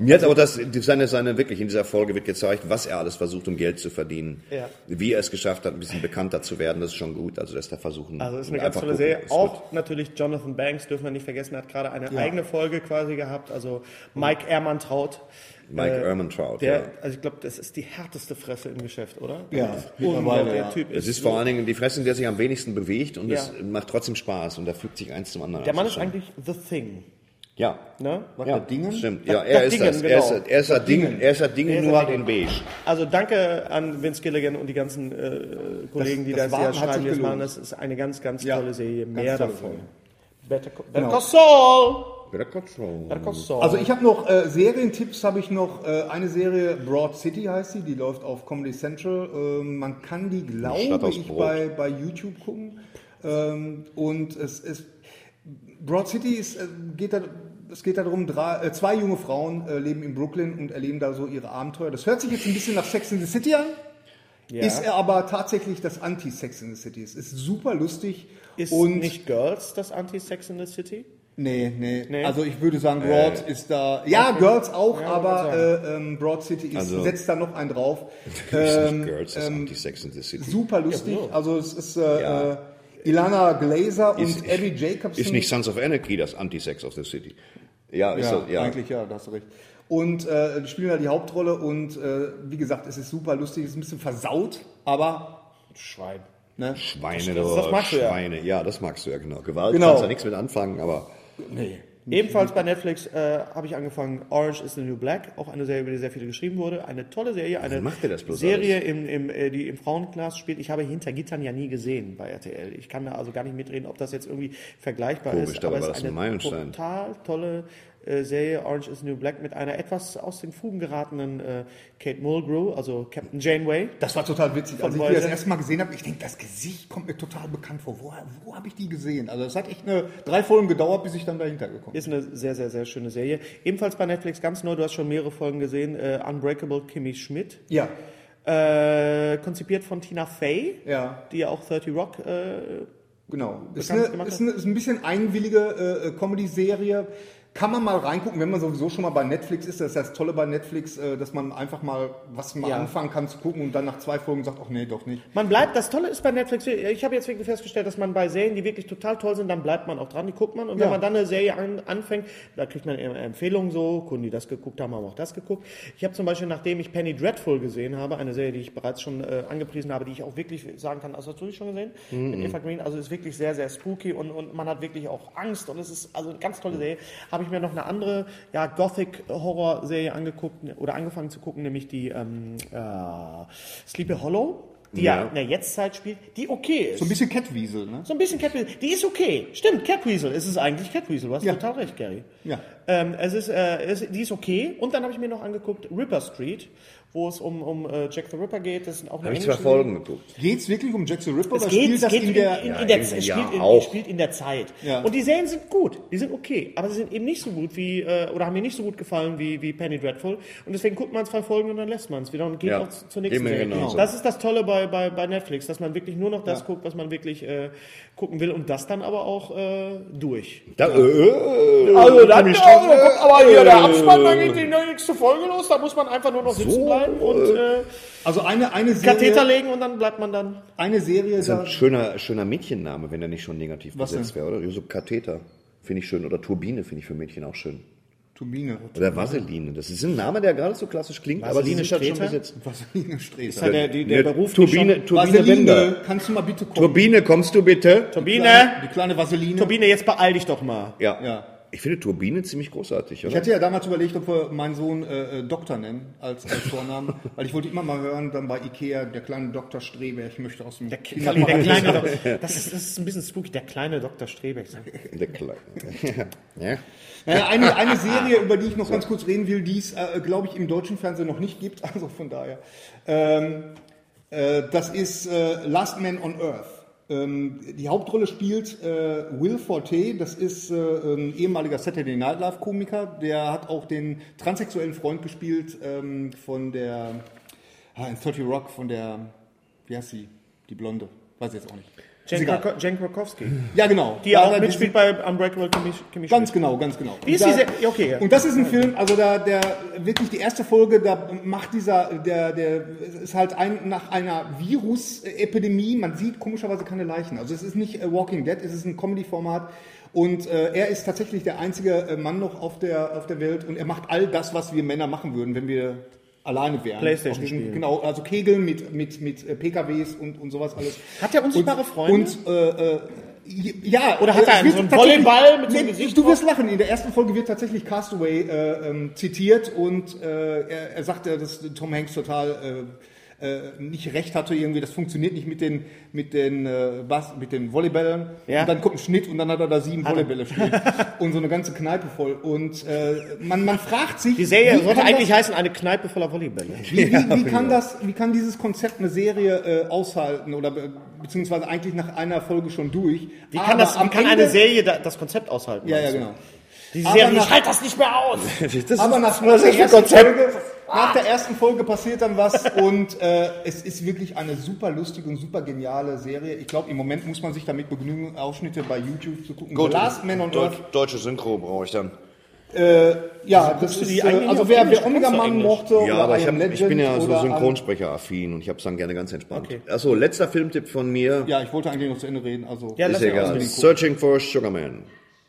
Mir hat aber das, seine, seine wirklich, in dieser Folge wird gezeigt, was er alles versucht, um Geld zu verdienen. Ja. Wie er es geschafft hat, ein bisschen bekannter zu werden, das ist schon gut. Also, dass da versuchen. Also das ist und eine ganz einfach tolle gucken, Serie. ist gut. Auch natürlich Jonathan Banks, dürfen wir nicht vergessen, hat gerade eine eigene Folge quasi gehabt. Also Mike Ehrmantraut. Mike Ehrmantraut, äh, Der, ja. also ich glaube, das ist die härteste Fresse im Geschäft, oder? Ja, Unglaublich, mittlerweile, der ja. Typ Es ist ist. vor allen Dingen die Fresse, der sich am wenigsten bewegt und Ja. es macht trotzdem Spaß und da fügt sich eins zum anderen. der Mann ist anzuschauen. eigentlich The Thing. Ja. Ne? ja, der Dingen? Stimmt. Das- Ja, er das ist Dingen, das. Er ist, genau. er ist das Dingen, er ist das Er Dingen ist nur das halt Dingen. in beige. Also danke an Vince Gilligan und die ganzen äh, Kollegen, die das das, Warten ja hat schreiben, sich die das machen. gelohnt. Das ist eine ganz, ganz Ja, tolle Serie. ganz Mehr tolle davon. Serie. Better, Co- Better Genau. Call Saul. Better Call Saul. Better Call Saul. Also ich habe noch äh, Serientipps, habe ich noch äh, eine Serie Broad City heißt sie, die läuft auf Comedy Central. Ähm, man kann die Stadt glaube aus ich Brot. bei, bei YouTube gucken. Ähm, und es ist Broad City ist, äh, geht da es geht darum, drei, äh, zwei junge Frauen äh, leben in Brooklyn und erleben da so ihre Abenteuer. Das hört sich jetzt ein bisschen nach Sex in the City an, ja. ist er aber tatsächlich das Anti-Sex in the City. Es ist super lustig Ist und nicht Girls das Anti-Sex in the City? Nee, nee, Nee? Also ich würde sagen, Broad ist da. Ja, Girls auch, aber äh, ähm, Broad City ist, Also- setzt da noch einen drauf. Ähm, Das ist Ähm, nicht Girls, das ist Anti-Sex in the City. Super lustig. Also es ist äh, Ja. äh, Ilana Glazer und Ist- Abby Jacobson. Ist nicht Sons of Anarchy das Anti-Sex of the City? Ja, ja, ist so, ja. eigentlich ja, da hast du recht. Und äh, die spielen da die Hauptrolle und äh, wie gesagt, es ist super lustig, es ist ein bisschen versaut, aber Schwein. ne? Schweine, Das- das, das magst du ja. Schweine. Ja. das magst du ja, genau. Gewalt Genau. kannst du ja nichts mit anfangen, aber Ebenfalls bei Netflix äh, habe ich angefangen, Orange is the New Black, auch eine Serie, über die sehr viel geschrieben wurde. Eine tolle Serie, eine macht ihr das bloß Serie, im, im, äh, die im Frauenglas spielt. Ich habe Hinter Gittern ja nie gesehen bei RTL. Ich kann da also gar nicht mitreden, ob das jetzt irgendwie vergleichbar Komisch, ist. dabei es war das ist ein Meilenstein. total tolle äh, Serie, Orange is the New Black, mit einer etwas aus den Fugen geratenen äh, Kate Mulgrew, also Captain Janeway. Das war total witzig. Als ich Von die das Voyager. erste Mal gesehen habe, ich denke, das Gesicht kommt mir total bekannt vor. Wo, wo habe ich die gesehen? Also es hat echt eine, drei Folgen gedauert, bis ich dann dahinter gekommen bin. Ist eine sehr, sehr, sehr schöne Serie. Ebenfalls bei Netflix ganz neu, du hast schon mehrere Folgen gesehen, äh, Unbreakable Kimmy Schmidt. Ja, Äh, konzipiert von Tina Fey, Ja. die ja auch 30 Rock. Äh, genau. Ist, Bekannt eine, gemacht ist, eine, ist ein bisschen einwillige äh, Comedy-Serie. Kann man mal reingucken, wenn man sowieso schon mal bei Netflix ist. Das ist das Tolle bei Netflix, äh, dass man einfach mal was mal Ja. anfangen kann zu gucken und dann nach zwei Folgen sagt, ach nee, doch nicht. man bleibt, das Tolle ist bei Netflix, ich habe jetzt wirklich festgestellt, dass man bei Serien, die wirklich total toll sind, dann bleibt man auch dran, die guckt man. Und wenn Ja. man dann eine Serie an, anfängt, da kriegt man eher Empfehlungen so, Kunden, die das geguckt haben, haben auch das geguckt. Ich habe zum Beispiel, nachdem ich Penny Dreadful gesehen habe, eine Serie, die ich bereits schon äh, angepriesen habe, die ich auch wirklich sagen kann, also hast du die schon gesehen? Mit Eva Green, also ist wirklich sehr, sehr spooky und, und man hat wirklich auch Angst und es ist also eine ganz tolle Serie. Habe ich mir noch eine andere, ja, Gothic-Horror-Serie angeguckt oder angefangen zu gucken, nämlich die ähm, äh, Sleepy Hollow. die ja, in der Jetztzeit spielt, die okay ist. So ein bisschen Catwiesel, ne? So ein bisschen Catweasel. Die ist okay. Stimmt, Catweasel. Es ist eigentlich Catweasel. Du hast Ja. total recht, Gary. Ja. Ähm, es ist, äh, es, die ist okay. Und dann habe ich mir noch angeguckt Ripper Street, wo es um, um äh, Jack the Ripper geht. Das sind auch Habe ich zwei englische- Folgen geguckt. Geht's wirklich um Jack the Ripper? Es oder geht, spielt es das geht in der... in, in, Ja, der, in- es spielt, ja, in, auch. es spielt in der Zeit. Ja. Und die Serien sind gut, die sind okay, aber sie sind eben nicht so gut wie, äh, oder haben mir nicht so gut gefallen wie, wie Penny Dreadful. Und deswegen guckt man zwei Folgen und dann lässt man es wieder und geht Ja. auch zu- zur nächsten Geht mir Serie. genauso. Das ist das Tolle bei, bei, bei Netflix, dass man wirklich nur noch das Ja. guckt, was man wirklich äh, gucken will und das dann aber auch äh, durch. Da, äh, Also dann, Tommy ja, Strauß, dann kommt aber hier äh, der Abspann, dann geht die nächste Folge los, da muss man einfach nur noch sitzen bleiben und äh, Also eine, eine Katheter Serie... legen und dann bleibt man dann. Eine Serie, Das ist ein da, schöner, schöner Mädchenname, wenn er nicht schon negativ Was besetzt wäre, oder? Josef Katheter finde ich schön. Oder Turbine finde ich für Mädchen auch schön. Turbine. Oder Vaseline. Das ist ein Name, der gerade so klassisch klingt, aber Vaseline Line statt schon Streter? besetzt. Vaseline Streter. Der, der, der Ne, Beruf die Turbine, schon- Turbine Bender. kannst du mal bitte kommen? Turbine, kommst du bitte? Turbine! Die kleine Vaseline. Turbine, jetzt beeil dich doch mal. Ja. Ja. Ich finde Turbine ziemlich großartig, Ich oder? hatte ja damals überlegt, ob wir meinen Sohn äh, äh, Doktor nennen als, als Vornamen, weil ich wollte immer mal hören, dann bei Ikea, der kleine Doktor Strebe, ich möchte aus dem Der kleine Doktor. Das ist, das ist ein bisschen spooky, der kleine Dr. Strebeck. Der Kleine. ja. Naja, eine, eine Serie, über die ich noch ganz kurz reden will, die es, äh, glaube ich, im deutschen Fernsehen noch nicht gibt, also von daher. Ähm, äh, das ist äh, Last Man on Earth. Ähm, die Hauptrolle spielt äh, Will Forte, das ist äh, ein ehemaliger Saturday Night Live Komiker, der hat auch den transsexuellen Freund gespielt ähm, von der, ah, in 30 Rock, von der, wie heißt sie, die Blonde, weiß ich jetzt auch nicht. Ist Jen, egal. Krak Jen Krakowski. Ja, genau. Die Ja, auch da- mitspielt bei Unbreakable Kimmy Kimmy Schmidt. Ganz genau, ganz genau. Wie ist Und die da- Se- ja, okay, ja. Und das ist ein Film, also da der wirklich die erste Folge, da macht dieser, der, der ist halt ein, nach einer Virusepidemie, man sieht komischerweise keine Leichen. Also es ist nicht äh, Walking Dead, es ist ein Comedy-Format. Und äh, er ist tatsächlich der einzige äh, Mann noch auf der, auf der Welt und er macht all das, was wir Männer machen würden, wenn wir alleine wären. Playstation Auf diesem- spielen. Genau, also Kegeln mit, mit, mit äh, PKWs und, und sowas alles. Hat der unsichtbare und, Freunde? Und, äh, äh, ja, äh, Oder hat es er einen wird so einen tatsächlich- Volleyball mit so einem Nee, Gesicht Du wirst lachen. In der ersten Folge wird tatsächlich Castaway äh, ähm, zitiert und äh, er, er sagt, äh, dass Tom Hanks total äh, äh, nicht recht hatte irgendwie. Das funktioniert nicht mit den mit den äh, Bas mit den Volleyballern. Ja. Und dann kommt ein Schnitt und dann hat er da sieben Volleybälle stehen und so eine ganze Kneipe voll. Und äh, man man fragt sich, Die Serie wie sollte kann eigentlich das, heißen, eine Kneipe voller Volleybälle. wie, wie, wie kann genau. das wie kann dieses Konzept eine Serie äh, aushalten oder be beziehungsweise eigentlich nach einer Folge schon durch? Wie kann, das, wie kann eine Serie da, das Konzept aushalten? Ja, ja, meinst du? genau. Die Aber halt Serie, nach- ich halte das nicht mehr aus. Aber nach, nach, der ersten Folge, Ah. nach der ersten Folge passiert dann was und äh, es ist wirklich eine super lustige und super geniale Serie. Ich glaube, im Moment muss man sich damit begnügen, Aufschnitte bei YouTube zu gucken. The Last Man on Earth. Deutsche Synchro brauche ich dann. Ja, das guckst du ist, die äh, eigentlich also auf wer, Englisch? wer Du kannst Omega doch Man Englisch. mochte Ja, oder aber ich, I Am hab, ich bin ja Legend so oder- synchronsprecheraffin und ich habe es dann gerne ganz entspannt. Okay. Achso, letzter Filmtipp von mir. Ja, ich wollte eigentlich noch zu Ende reden. Also, Ja, lass ist ihn egal. ausreden. Searching for Sugar Man.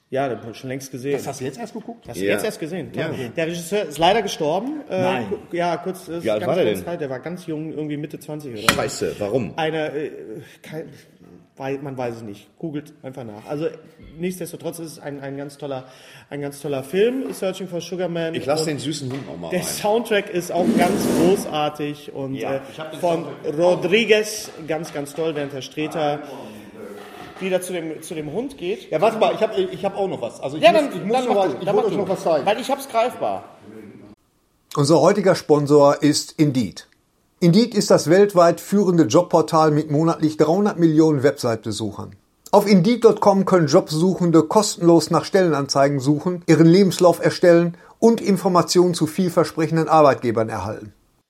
Ja, das hab ich schon längst gesehen. das hast du jetzt erst geguckt? Hast du Ja. jetzt erst gesehen? Ja. Der Regisseur ist leider gestorben. Äh, Nein. ku- Ja, kurz. ist Wie alt war der kurz denn? Zeit. Der war ganz jung, irgendwie Mitte 20 oder so. Scheiße, warum? Eine, äh, kein, wei- man weiß es nicht. Googelt einfach nach. Also nichtsdestotrotz ist es ein, ein ganz toller, ein ganz toller Film. Searching for Sugar Man. Ich lasse Und den süßen Hund auch mal Der rein. Soundtrack ist auch ganz großartig und Ja, äh, von Rodriguez ganz, ganz toll, während Herr Streter wieder zu dem, zu dem Hund geht. Ja, warte mal, ich habe ich hab auch noch was. Also ich Ja, muss, dann, ich muss dann noch, mach was, du, ich wollte dann mach euch du. noch was zeigen. Weil ich hab's greifbar. Unser heutiger Sponsor ist Indeed. Indeed ist das weltweit führende Jobportal mit monatlich 300 Millionen Website-Besuchern. Auf Indeed.com können Jobsuchende kostenlos nach Stellenanzeigen suchen, ihren Lebenslauf erstellen und Informationen zu vielversprechenden Arbeitgebern erhalten.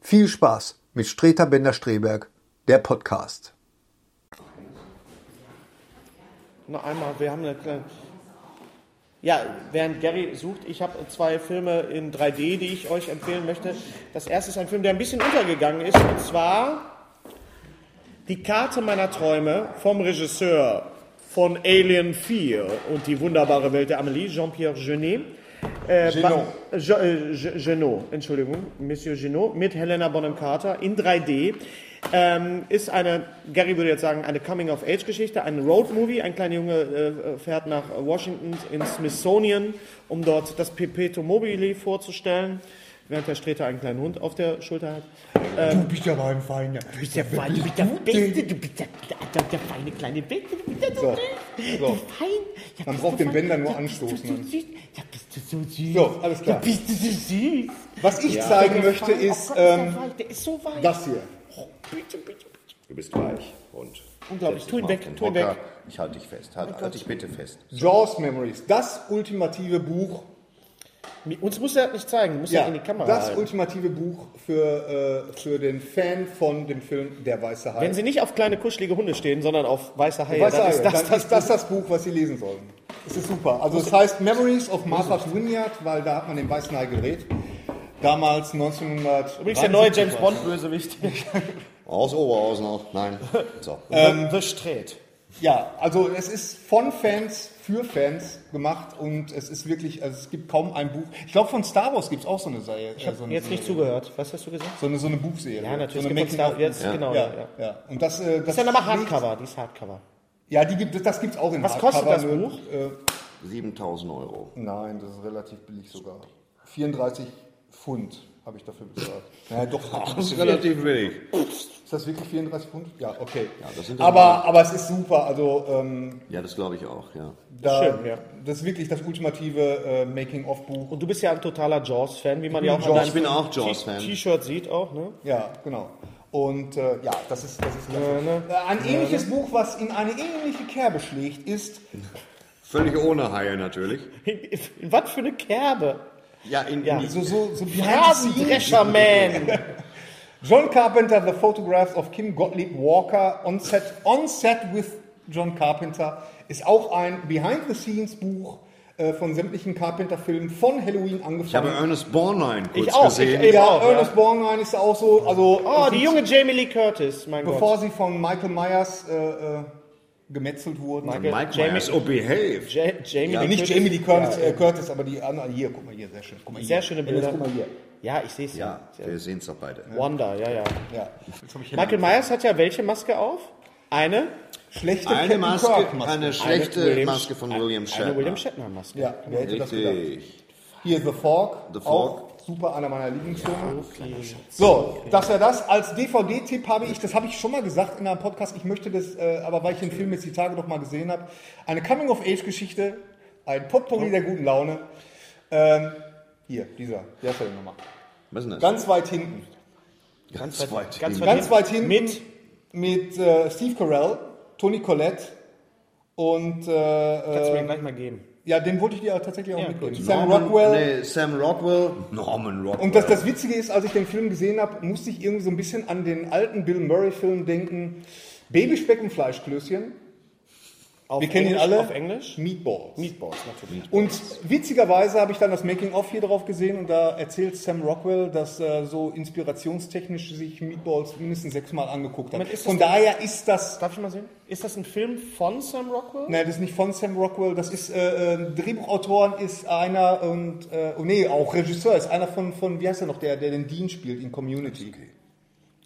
viel Spaß mit Streter Bender-Streberg, der Podcast. Noch einmal, wir haben eine kleine. Ja, während Gary sucht, ich habe zwei Filme in 3D, die ich euch empfehlen möchte. Das erste ist ein Film, der ein bisschen untergegangen ist, und zwar Die Karte meiner Träume vom Regisseur von Alien 4 und die wunderbare Welt der Amelie, Jean-Pierre Genet. Äh, Genot. wa- Je, äh, Je, Genot, Entschuldigung, Monsieur Genot, mit Helena Bonham Carter in 3D. Ähm, ist eine, Gary würde jetzt sagen, eine Coming-of-Age-Geschichte, ein Road-Movie. Ein kleiner Junge äh, fährt nach Washington ins Smithsonian, um dort das Pepeto Mobile vorzustellen, während der Streter einen kleinen Hund auf der Schulter hat. Du bist ja mein Feind. ja. Du bist der Feine, du bist der Beste, du bist der, der, der feine kleine Beste, du bist der so, So, süß, so. du fein. Ja, Man bist braucht du den fein. Bänder nur Ja, bist du so anstoßen. süß. Ja, bist du so süß. So, also, alles klar. Ja, bist du so süß. Was ich zeigen möchte Fein, ist oh Gott, ähm, der, weich, der ist so weich. das hier. Oh, bitte, bitte, bitte. Du bist weich und. Unglaublich. setz Tu ihn dich mal weg, auf den tu ihn Hocker. weg. Ich halte dich fest. Halt, halt dich bitte fest. Jaws Memories, das ultimative Buch Mir- Uns muss er das nicht zeigen, du musst ja, in die Kamera das halten. ultimative Buch für, äh, für den Fan von dem Film Der Weiße Hai. Wenn sie nicht auf kleine kuschelige Hunde stehen, sondern auf weiße Haie, Weiße dann Hai, ist dann das, das, ist das das Buch, was Sie lesen sollen. Es ist super. Also es heißt Memories of Martha's Vineyard, weil da hat man den Weißen Hai gedreht. Damals 1900. Übrigens der neue James Bond Bösewicht, Aus Oberhausen auch. Nein. So. The Strait. Ja, also es ist von Fans für Fans gemacht und es ist wirklich, also es gibt kaum ein Buch. Ich glaube von Star Wars gibt es auch so eine Serie. Ich äh, so eine, Jetzt nicht zugehört. Was hast du gesagt? so eine, so eine Buchserie. Ja, natürlich. So eine gibt es da Making-of- jetzt, genau. Ja, Ja, ja. ja. Und das, äh, das Das ist ja nochmal Hardcover, die ist Hardcover. Ja, die gibt, das, das gibt's auch in Was Hardcover, kostet das nur, Buch? Äh, 7000 Euro. nein, das ist relativ billig sogar. 34 Pfund habe ich dafür bezahlt. Ja, doch. Das ist relativ wenig. Ist das wirklich 34 Pfund? Ja, okay. das sind doch aber, aber es ist super. Also ähm, Ja, das glaube ich auch, ja. da, Schön, ja. das ist wirklich das ultimative äh, Making-of-Buch. Und du bist ja ein totaler Jaws-Fan, wie man ja auch an Jaws- deinem Ich bin auch T- Jaws-Fan. T-Shirt sieht auch, ne? Ja, genau. Und äh, ja, das ist das ist klasse. ne? Äh, Ein ähnliches Buch, was in eine ähnliche Kerbe schlägt, ist Völlig ohne Haie natürlich. In, in was für eine Kerbe? Ja, in, Ja. in die, so so so behind the scenes. Rasendrescher-Man! John Carpenter, The Photographs of Kim Gottlieb Walker, On Set, on set with John Carpenter, ist auch ein Behind-the-Scenes-Buch äh, von sämtlichen Carpenter-Filmen von Halloween ich habe angefangen. Ernest Borgnine kurz Ich auch, gesehen. ich- ey, ja, auch, ja. Ernest Borgnine ist auch so, also Oh, äh, die junge Jamie Lee Curtis, mein bevor Gott. sie von Michael Myers äh, äh, gemetzelt wurden. Mike Jamie- Myers, oh behave. Ja, Jamie Ja, Lee nicht Curtis. Jamie Lee Curtis, äh, Curtis, aber die anderen. Hier, guck mal hier, sehr schön. Guck mal hier. Sehr schöne Bilder. Guck mal hier. Ja, ich sehe es ja. Ja, wir sehen es doch beide. Wanda, ja, ja. Ja. Jetzt hab ich Michael Myers hat ja welche Maske auf? Eine? Schlechte Eine Captain Maske, Kirk-Maske. eine schlechte William Maske von William Eine William Shatner. Shatner-Maske. Ja, wer hätte das gedacht? Richtig. Hier The Fork. The Fork. Auch super, einer meiner Lieblingsfilme. so, das wäre das. Als DVD-Tipp habe ich, das habe ich schon mal gesagt in einem Podcast, ich möchte das, äh, aber weil ich den Film jetzt die Tage doch mal gesehen habe, eine Coming-of-Age-Geschichte, ein Potpourri der guten Laune. Ähm, hier, dieser, der ist ja die Nummer. Was ist denn das? Ganz weit hinten. ganz weit. ganz hinten. weit- Ganz weit hinten. Mit? Mit äh, Steve Carell, Tony Collette und Kannst du äh, mir äh, gleich mal geben. ja, den wollte ich dir tatsächlich auch mitgeben. gut. Sam Norman- Rockwell. Nee, Sam Rockwell. Norman Rockwell. Und das, das Witzige ist, als ich den Film gesehen habe, musste ich irgendwie so ein bisschen an den alten Bill Murray-Film denken. Babyspeck und Fleischklößchen. Auf Wir kennen ihn Englisch, alle. Auf Englisch? Meatballs. Meatballs, natürlich. Und witzigerweise habe ich dann das Making-of hier drauf gesehen und da erzählt Sam Rockwell, dass äh, so inspirationstechnisch sich Meatballs mindestens sechsmal angeguckt hat. Moment, ist das Von denn- daher ist das... Darf ich mal sehen? Ist das ein Film von Sam Rockwell? Nein, das ist nicht von Sam Rockwell, das ist, äh, äh, Drehbuchautoren ist einer und, äh, oh nee, auch Regisseur ist einer von, von, wie heißt er noch, der, der den Dean spielt in Community.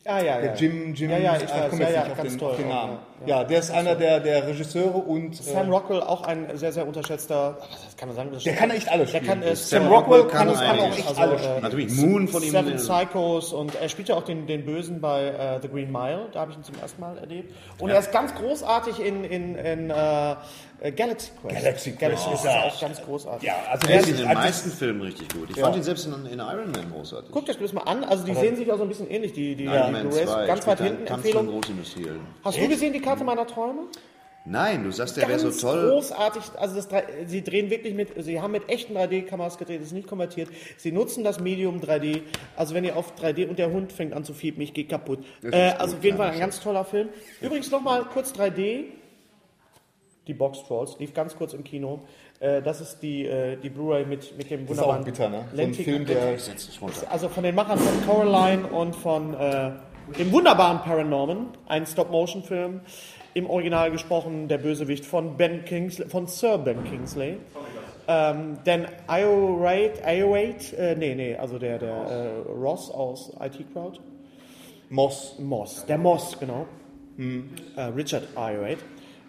Ah, ja, Der ja. Jim, Jim, ja, ja, ich ah, weiß, komm ja, jetzt ja, nicht auf ganz den, toll. auf den auch, Namen. ja. Ja, der ist einer der, der Regisseure und Sam äh, Rockwell, auch ein sehr, sehr unterschätzter, das kann man sagen, der kann echt alles Der spielen. kann, äh, Sam, Sam Rockwell, Rockwell kann, kann es kann auch einiges. echt Also, alles äh, spielen. Natürlich Moon von ihm. Seven Psychos und er spielt ja auch den, den Bösen bei äh, The Green Mile, da habe ich ihn zum ersten Mal erlebt. Und er ist ganz großartig in, in, in äh, Äh, Galaxy Quest. Galaxy Galaxy Quest. oh, Quest ist ja auch ganz großartig. Ja, also Er ist in wirklich, den also- meisten Filmen richtig gut. Ich fand ihn selbst in, in Iron Man großartig. Guckt euch das mal an. Also die sehen sich auch so ein bisschen ähnlich. Die, die, Iron die Man Blu-rays 2 ganz weit spielt hinten. einen Kampf von Empfehlung. Großindustriellen. Hast du gesehen die Karte meiner Träume? Nein, du sagst, der wäre ganz so toll. großartig. Also das, 3 sie drehen wirklich mit, sie haben mit echten 3D-Kameras gedreht, das ist nicht konvertiert. Sie nutzen das Medium 3D. Also wenn ihr auf 3D und der Hund fängt an zu fiepen, ich gehe kaputt. Äh, ist also gut, auf jeden Fall ja, ein ganz toller Film. Übrigens nochmal kurz 3D. Die Box Trolls lief ganz kurz im Kino. Äh, das ist die, äh, die Blu-ray mit, mit dem Das ist auch wunderbaren bitter, ne? So ein Lentic- Film, der Setz dich runter. also von den Machern von Coraline und von äh, dem wunderbaren Paranorman, ein Stop-Motion-Film, im Original gesprochen, der Bösewicht von Ben Kingsley, von Sir Ben Kingsley. Ähm, denn Io Wright, Io Wright, äh, nee, nee, also der, der äh, Ross aus IT Crowd, Moss. Moss, der Moss, genau. Äh, Richard Io Wright.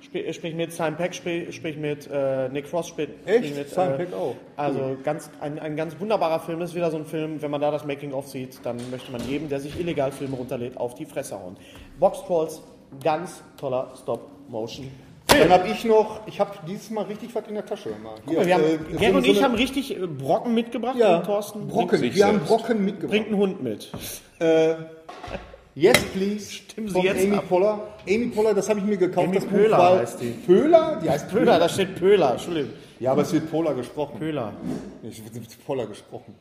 Sprich, sprich mit Simon Peck, sprich, sprich mit äh, Nick Frost, sprich, sprich Echt? mit äh, Simon Pegg auch. also ganz, ein, ein ganz wunderbarer Film ist wieder so ein Film, wenn man da das Making-of sieht, dann möchte man jedem, der sich illegal Filme runterlädt, auf die Fresse hauen. Box Trolls, ganz toller Stop-Motion. Dann habe ich noch, ich habe dieses Mal richtig was in der Tasche. Mal. Hier, Wir haben, äh, Gerd so und ich eine- haben richtig äh, Brocken mitgebracht, ja, und Thorsten. Brocken. sich Wir haben selbst. Brocken mitgebracht. Bringt einen Hund mit. Yes, please. Stimmen Sie jetzt Amy ab. Poller. Amy Poller, das habe ich mir gekauft. Amy das Buch, Poehler weil- heißt die. Poehler? Die heißt Pöhler, da steht Pöhler, Entschuldigung. Ja, aber es wird Poller gesprochen. Pöhler. Ich wird mit Poller gesprochen.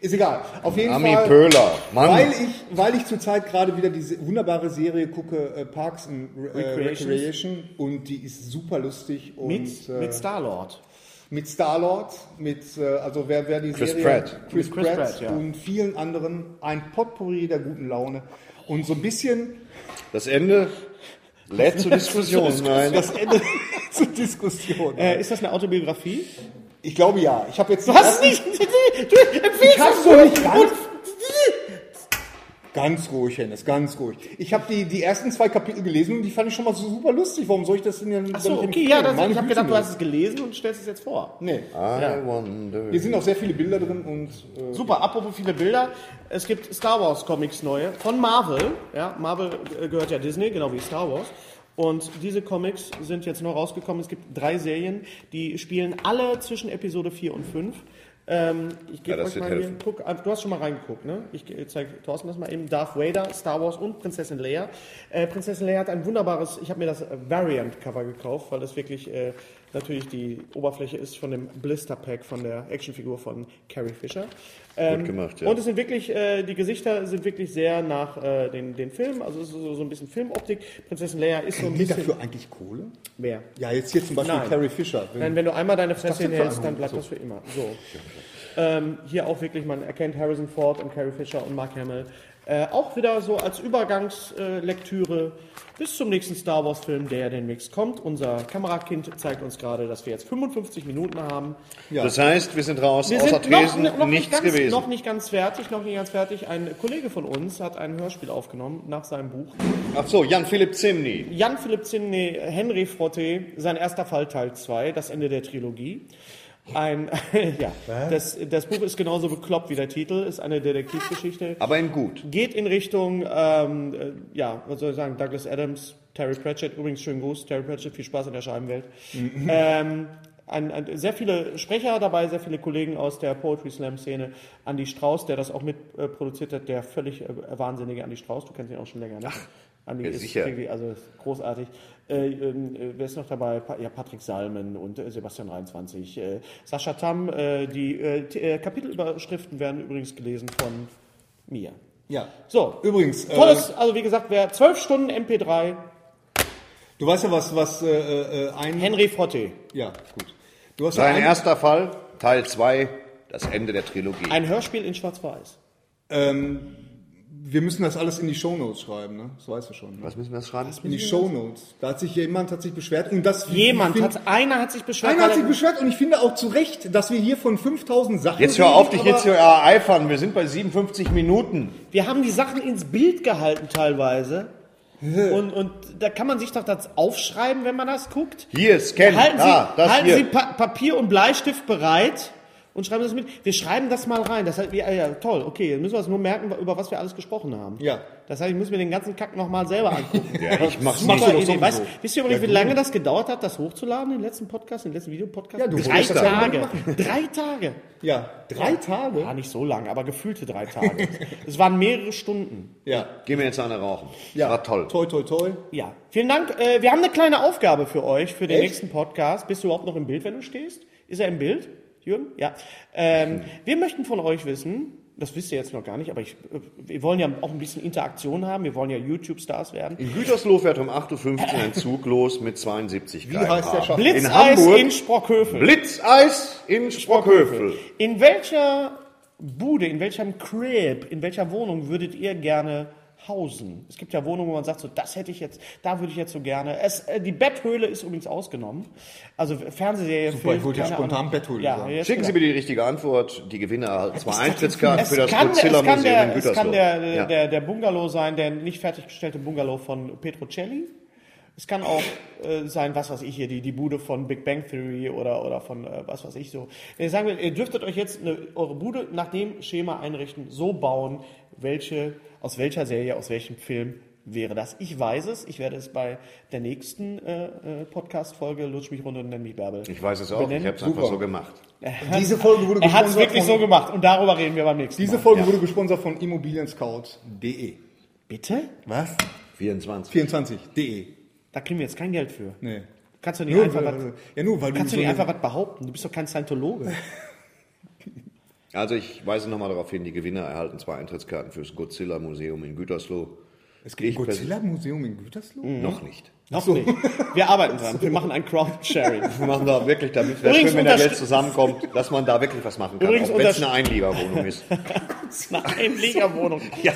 Ist egal. Auf jeden Ami Fall. Pöhler. Mann. Weil ich, weil ich zurzeit gerade wieder diese wunderbare Serie gucke, äh, Parks and Re- äh, Recreations. Recreation, und die ist super lustig und Mit, äh, mit Star-Lord. mit Star-Lord, mit, äh, also wer, wer die Chris Serie... Pratt. Chris, Mit Chris Pratt, Pratt, ja. und vielen anderen. Ein Potpourri der guten Laune. Und so ein bisschen Das Ende lädt zur Diskussion ein. das Ende zur Diskussion. Äh, ist das eine Autobiografie? Ich glaube ja. Ich habe jetzt Was nicht? Du empfiehlst Ich hab's das doch nicht ganz. Ganz ruhig, Hennes, ganz ruhig. Ich habe die, die ersten zwei Kapitel gelesen und die fand ich schon mal so super lustig. Warum soll ich das denn dann Achso, dann okay, empfehlen? ja, das, Meine ich habe Güte, gedacht, du hast es gelesen und stellst es jetzt vor. Nee. I wonder. Hier sind auch sehr viele Bilder drin und. Äh, Super, apropos viele Bilder. Es gibt Star Wars Comics neue von Marvel. Ja, Marvel äh, gehört ja Disney, genau wie Star Wars. Und diese Comics sind jetzt neu rausgekommen. Es gibt drei Serien, die spielen alle zwischen Episode 4 und 5. Ähm, ich gebe Ja, das euch wird mal hier, helfen. guck, ah, du hast schon mal reingeguckt, ne? Ich zeige Thorsten das mal eben. Darth Vader, Star Wars und Prinzessin Leia. Äh, Prinzessin Leia hat ein wunderbares, ich habe mir das äh, Variant-Cover gekauft, weil es wirklich äh, natürlich die Oberfläche ist von dem Blister-Pack von der Actionfigur von Carrie Fisher. Ähm, gemacht, ja. Und es sind wirklich, äh, die Gesichter sind wirklich sehr nach äh, den, den Filmen, also es ist so, so ein bisschen Filmoptik. Prinzessin Leia ist so ein Kriegen die bisschen dafür eigentlich Kohle? mehr. Ja, jetzt hier zum Beispiel Nein. Carrie Fisher. Wenn- Nein, wenn du einmal deine Fresse dachte, hinhältst, für dann einen bleibt das für immer. So. Ähm, hier auch wirklich, man erkennt Harrison Ford und Carrie Fisher und Mark Hamill. Äh, auch wieder so als Übergangslektüre äh, Lektüre bis zum nächsten Star Wars-Film, der ja demnächst kommt. Unser Kamerakind zeigt uns gerade, dass wir jetzt 55 Minuten haben. Das heißt, wir sind raus, Wir außer sind noch, ne, Thesen, noch, noch, nicht nichts ganz, gewesen. noch nicht ganz fertig, noch nicht ganz fertig. Ein Kollege von uns hat ein Hörspiel aufgenommen nach seinem Buch. Ach so, Jan-Philipp Zimny. Jan-Philipp Zinne, Henry Frotte, sein erster Fall Teil 2, das Ende der Trilogie. Ein, ja, das, das Buch ist genauso bekloppt wie der Titel, ist eine Detektivgeschichte. Aber in gut. Geht in Richtung, ähm, äh, ja, was soll ich sagen, Douglas Adams, Terry Pratchett, übrigens schönen Gruß, Terry Pratchett, viel Spaß in der Scheibenwelt. Mhm. ähm, ein, ein, sehr viele Sprecher dabei, sehr viele Kollegen aus der Poetry Slam Szene. Andy Strauss, der das auch mit äh, produziert hat, der völlig äh, wahnsinnige Andy Strauss, du kennst ihn auch schon länger, ne? Ach, Andy ja, ist sicher. irgendwie, also ist großartig. Äh, ähm, äh, wer ist noch dabei? Pa ja, Patrick Salmen und äh, Sebastian 23. Äh, Sascha Tam, äh, die äh, T- äh, Kapitelüberschriften werden übrigens gelesen von mir. Ja. So. Übrigens, äh, Tolles, also wie gesagt, wer 12 Stunden MP3, du weißt ja, was, was äh, äh, ein. Henry Frotte. Ja, gut. Du hast ja Sein ein- erster Fall, Teil 2, das Ende der Trilogie. Ein Hörspiel in Schwarz-Weiß. ähm, wir müssen das alles in die Shownotes schreiben, ne? Das weißt du schon. Ne? Was müssen wir das schreiben? In die Shownotes. Da hat sich jemand hat sich beschwert und das Jemand ich hat, einer hat sich beschwert. Einer hat sich weil er- beschwert und ich finde auch zu Recht, dass wir hier von 5000 Sachen. Jetzt hör auf, dich reden, jetzt zu aber- ereifern. Wir sind bei 57 Minuten. wir haben die Sachen ins Bild gehalten teilweise. und, und da kann man sich doch das aufschreiben, wenn man das guckt. Hier, Scan. Halten, da, Sie, das halten hier. Sie pa Papier und Bleistift bereit und schreiben das mit. Wir schreiben das mal rein. Das heißt, ja, ja, toll, okay, dann müssen wir uns nur merken, über was wir alles gesprochen haben. Ja. Das heißt, ich muss mir den ganzen Kack nochmal selber angucken. Ja, ich mach's Super nicht. Machst du doch Idee. sowieso. Weißt, wisst ihr übrigens, wie lange das gedauert hat, das hochzuladen, den letzten Podcast, den letzten Videopodcast? Ja, du drei wolltest das ja Tage. Drei Tage. Ja, drei Ja, Tage. nicht so lange, aber gefühlte drei Tage. es waren mehrere Stunden. Ja, Gehen wir jetzt eine rauchen. ja. War toll. Toi, toi, toi. Ja, vielen Dank. Äh, wir haben eine kleine Aufgabe für euch für den Echt? nächsten Podcast. Bist du überhaupt noch im Bild, wenn du stehst? Ist er im Bild, Jürgen? Ja. Ähm, wir möchten von euch wissen, das wisst ihr jetzt noch gar nicht, aber ich, äh, wir wollen ja auch ein bisschen Interaktion haben. Wir wollen ja YouTube-Stars werden. In Gütersloh fährt um 8.15 Uhr ein Zug los mit 72 Wie heißt der Schacht? Blitzeis in, Hamburg. Sprockhövel. Blitzeis in Sprockhövel. In welcher Bude, in welchem Crib, in welcher Wohnung würdet ihr gerne hausen? Es gibt ja Wohnungen, wo man sagt, so, das hätte ich jetzt, da würde ich jetzt so gerne. Es, äh, die Betthöhle ist übrigens ausgenommen. Also Fernsehserie. Super, ich wollte ja spontan Betthöhle sagen. Schicken Sie mir die richtige Antwort. Die Gewinner erhalten zwei Eintrittskarten es für das kann, Godzilla es kann, Museum in der, es Gütersloh. kann der, der, Ja. der, Bungalow sein, der nicht fertiggestellte Bungalow von Petrocelli. Es kann auch äh, sein, was weiß ich hier, die, die Bude von Big Bang Theory oder, oder von äh, was weiß ich so. Wenn ihr sagen will, ihr dürftet euch jetzt eine, eure Bude nach dem Schema einrichten, so bauen, welche, aus welcher Serie, aus welchem Film wäre das. Ich weiß es, ich werde es bei der nächsten äh, äh, Podcast-Folge Lutsch mich runter und nenn mich Bärbel. ich weiß es auch, ich habe es einfach so gemacht. Diese Folge wurde Er hat es gesponsert wirklich so von, gemacht und darüber reden wir beim nächsten Diese Mal. Folge wurde gesponsert von immobilienscout.de. Bitte? Was? 24. 24.de. Da kriegen wir jetzt kein Geld für. Nee. Kannst du nicht Nur, einfach weil- was, ja, nur weil du kannst du so nicht eine- einfach was behaupten. Du bist doch kein Scientologe. Also ich weise nochmal darauf hin, die Gewinner erhalten zwei Eintrittskarten fürs Godzilla Museum in Gütersloh. Es gibt ein Ich persönlich- Godzilla-Museum in Gütersloh? Noch nicht. Noch nicht. Wir arbeiten dran. Wir machen ein Crowd-Sharing. Wir machen da wirklich, damit wäre Übrigens schön, wenn da unterst- Geld zusammenkommt, dass man da wirklich was machen kann. Übrigens Auch wenn es unterst- eine Einliegerwohnung ist. Nein, Liga-Wohnung. ja,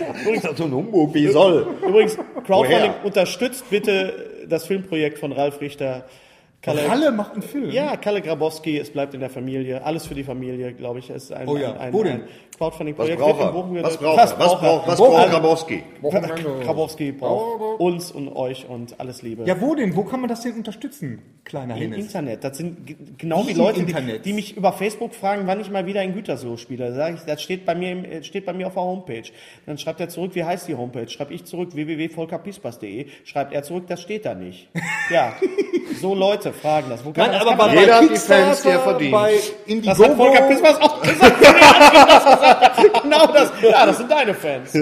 so ein Humbug, wie soll? Übrigens, Crowdfunding Woher? unterstützt bitte das Filmprojekt von Ralf Richter. Kalle, Halle macht einen Film. ja, Kalle Grabowski, es bleibt in der Familie. Alles für die Familie, glaube ich. Es ist ein, Oh ja, ein, ein, wo denn? ein Crowdfunding-Projekt. Was braucht Wird er? in Bochum Was gedreht. braucht er? Was braucht, was braucht Grabowski? Grabowski braucht uns und euch und alles Liebe. Ja, wo denn? Wo kann man das denn unterstützen, kleiner Im Hennes? Internet. Das sind g- genau Wie die im Leute, die, Internet? die mich über Facebook fragen, wann ich mal wieder in Gütersloh spiele. Da sag ich, das steht bei mir, im, äh, steht bei mir auf der Homepage. Dann schreibt er zurück, wie heißt die Homepage? Schreib ich zurück, www.volkerpispas.de. Schreibt er zurück, das steht da nicht. Ja, so Leute fragen das. Wo kann man das kann man- Jeder hat die Fans, die er verdient. bei das hat Indiegogo, Volker Pispas auch gesagt. Das hat er gesagt. genau das. Ja, das sind deine Fans.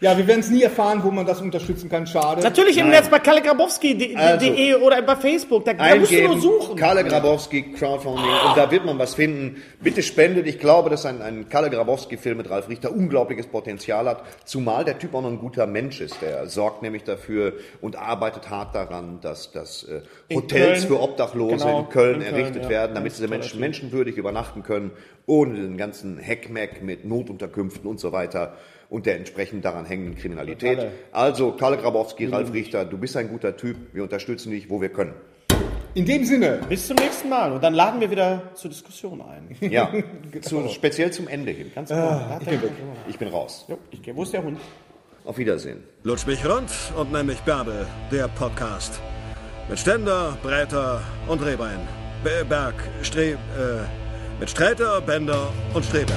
ja, wir werden es nie erfahren, wo man das unterstützen kann. Schade. Natürlich im Netz bei kallegrabowski.de Also. oder bei Facebook. Da, da musst du nur Eingeben, suchen. Kalle Grabowski, Crowdfunding, und da wird man was finden. Bitte spendet. Ich glaube, dass ein, ein Kalle Grabowski-Film mit Ralf Richter unglaubliches Potenzial hat. Zumal der Typ auch noch ein guter Mensch ist. Der sorgt nämlich dafür und arbeitet hart daran, dass, dass äh, In Hotels Köln. für Obdachlose Genau, in Köln in Köln, errichtet ja. werden, damit diese Menschen menschenwürdig übernachten können, ohne den ganzen Heckmeck mit Notunterkünften und so weiter und der entsprechend daran hängenden Kriminalität. Kalle. Also, Kalle Grabowski, Hm. Ralf Richter, du bist ein guter Typ. Wir unterstützen dich, wo wir können. In dem Sinne. Bis zum nächsten Mal. Und dann laden wir wieder zur Diskussion ein. Ja, zu, speziell zum Ende hin. Ganz Ah, klar. ich, bin Ich bin raus. ich gehe. Wo ist der Hund? Auf Wiedersehen. Lutsch mich rund und nenn mich Bärbel, der Podcast. Mit Ständer, Breiter und Rehbein. Be- Berg, Stre... Äh, mit Streiter, Bender und Streberg.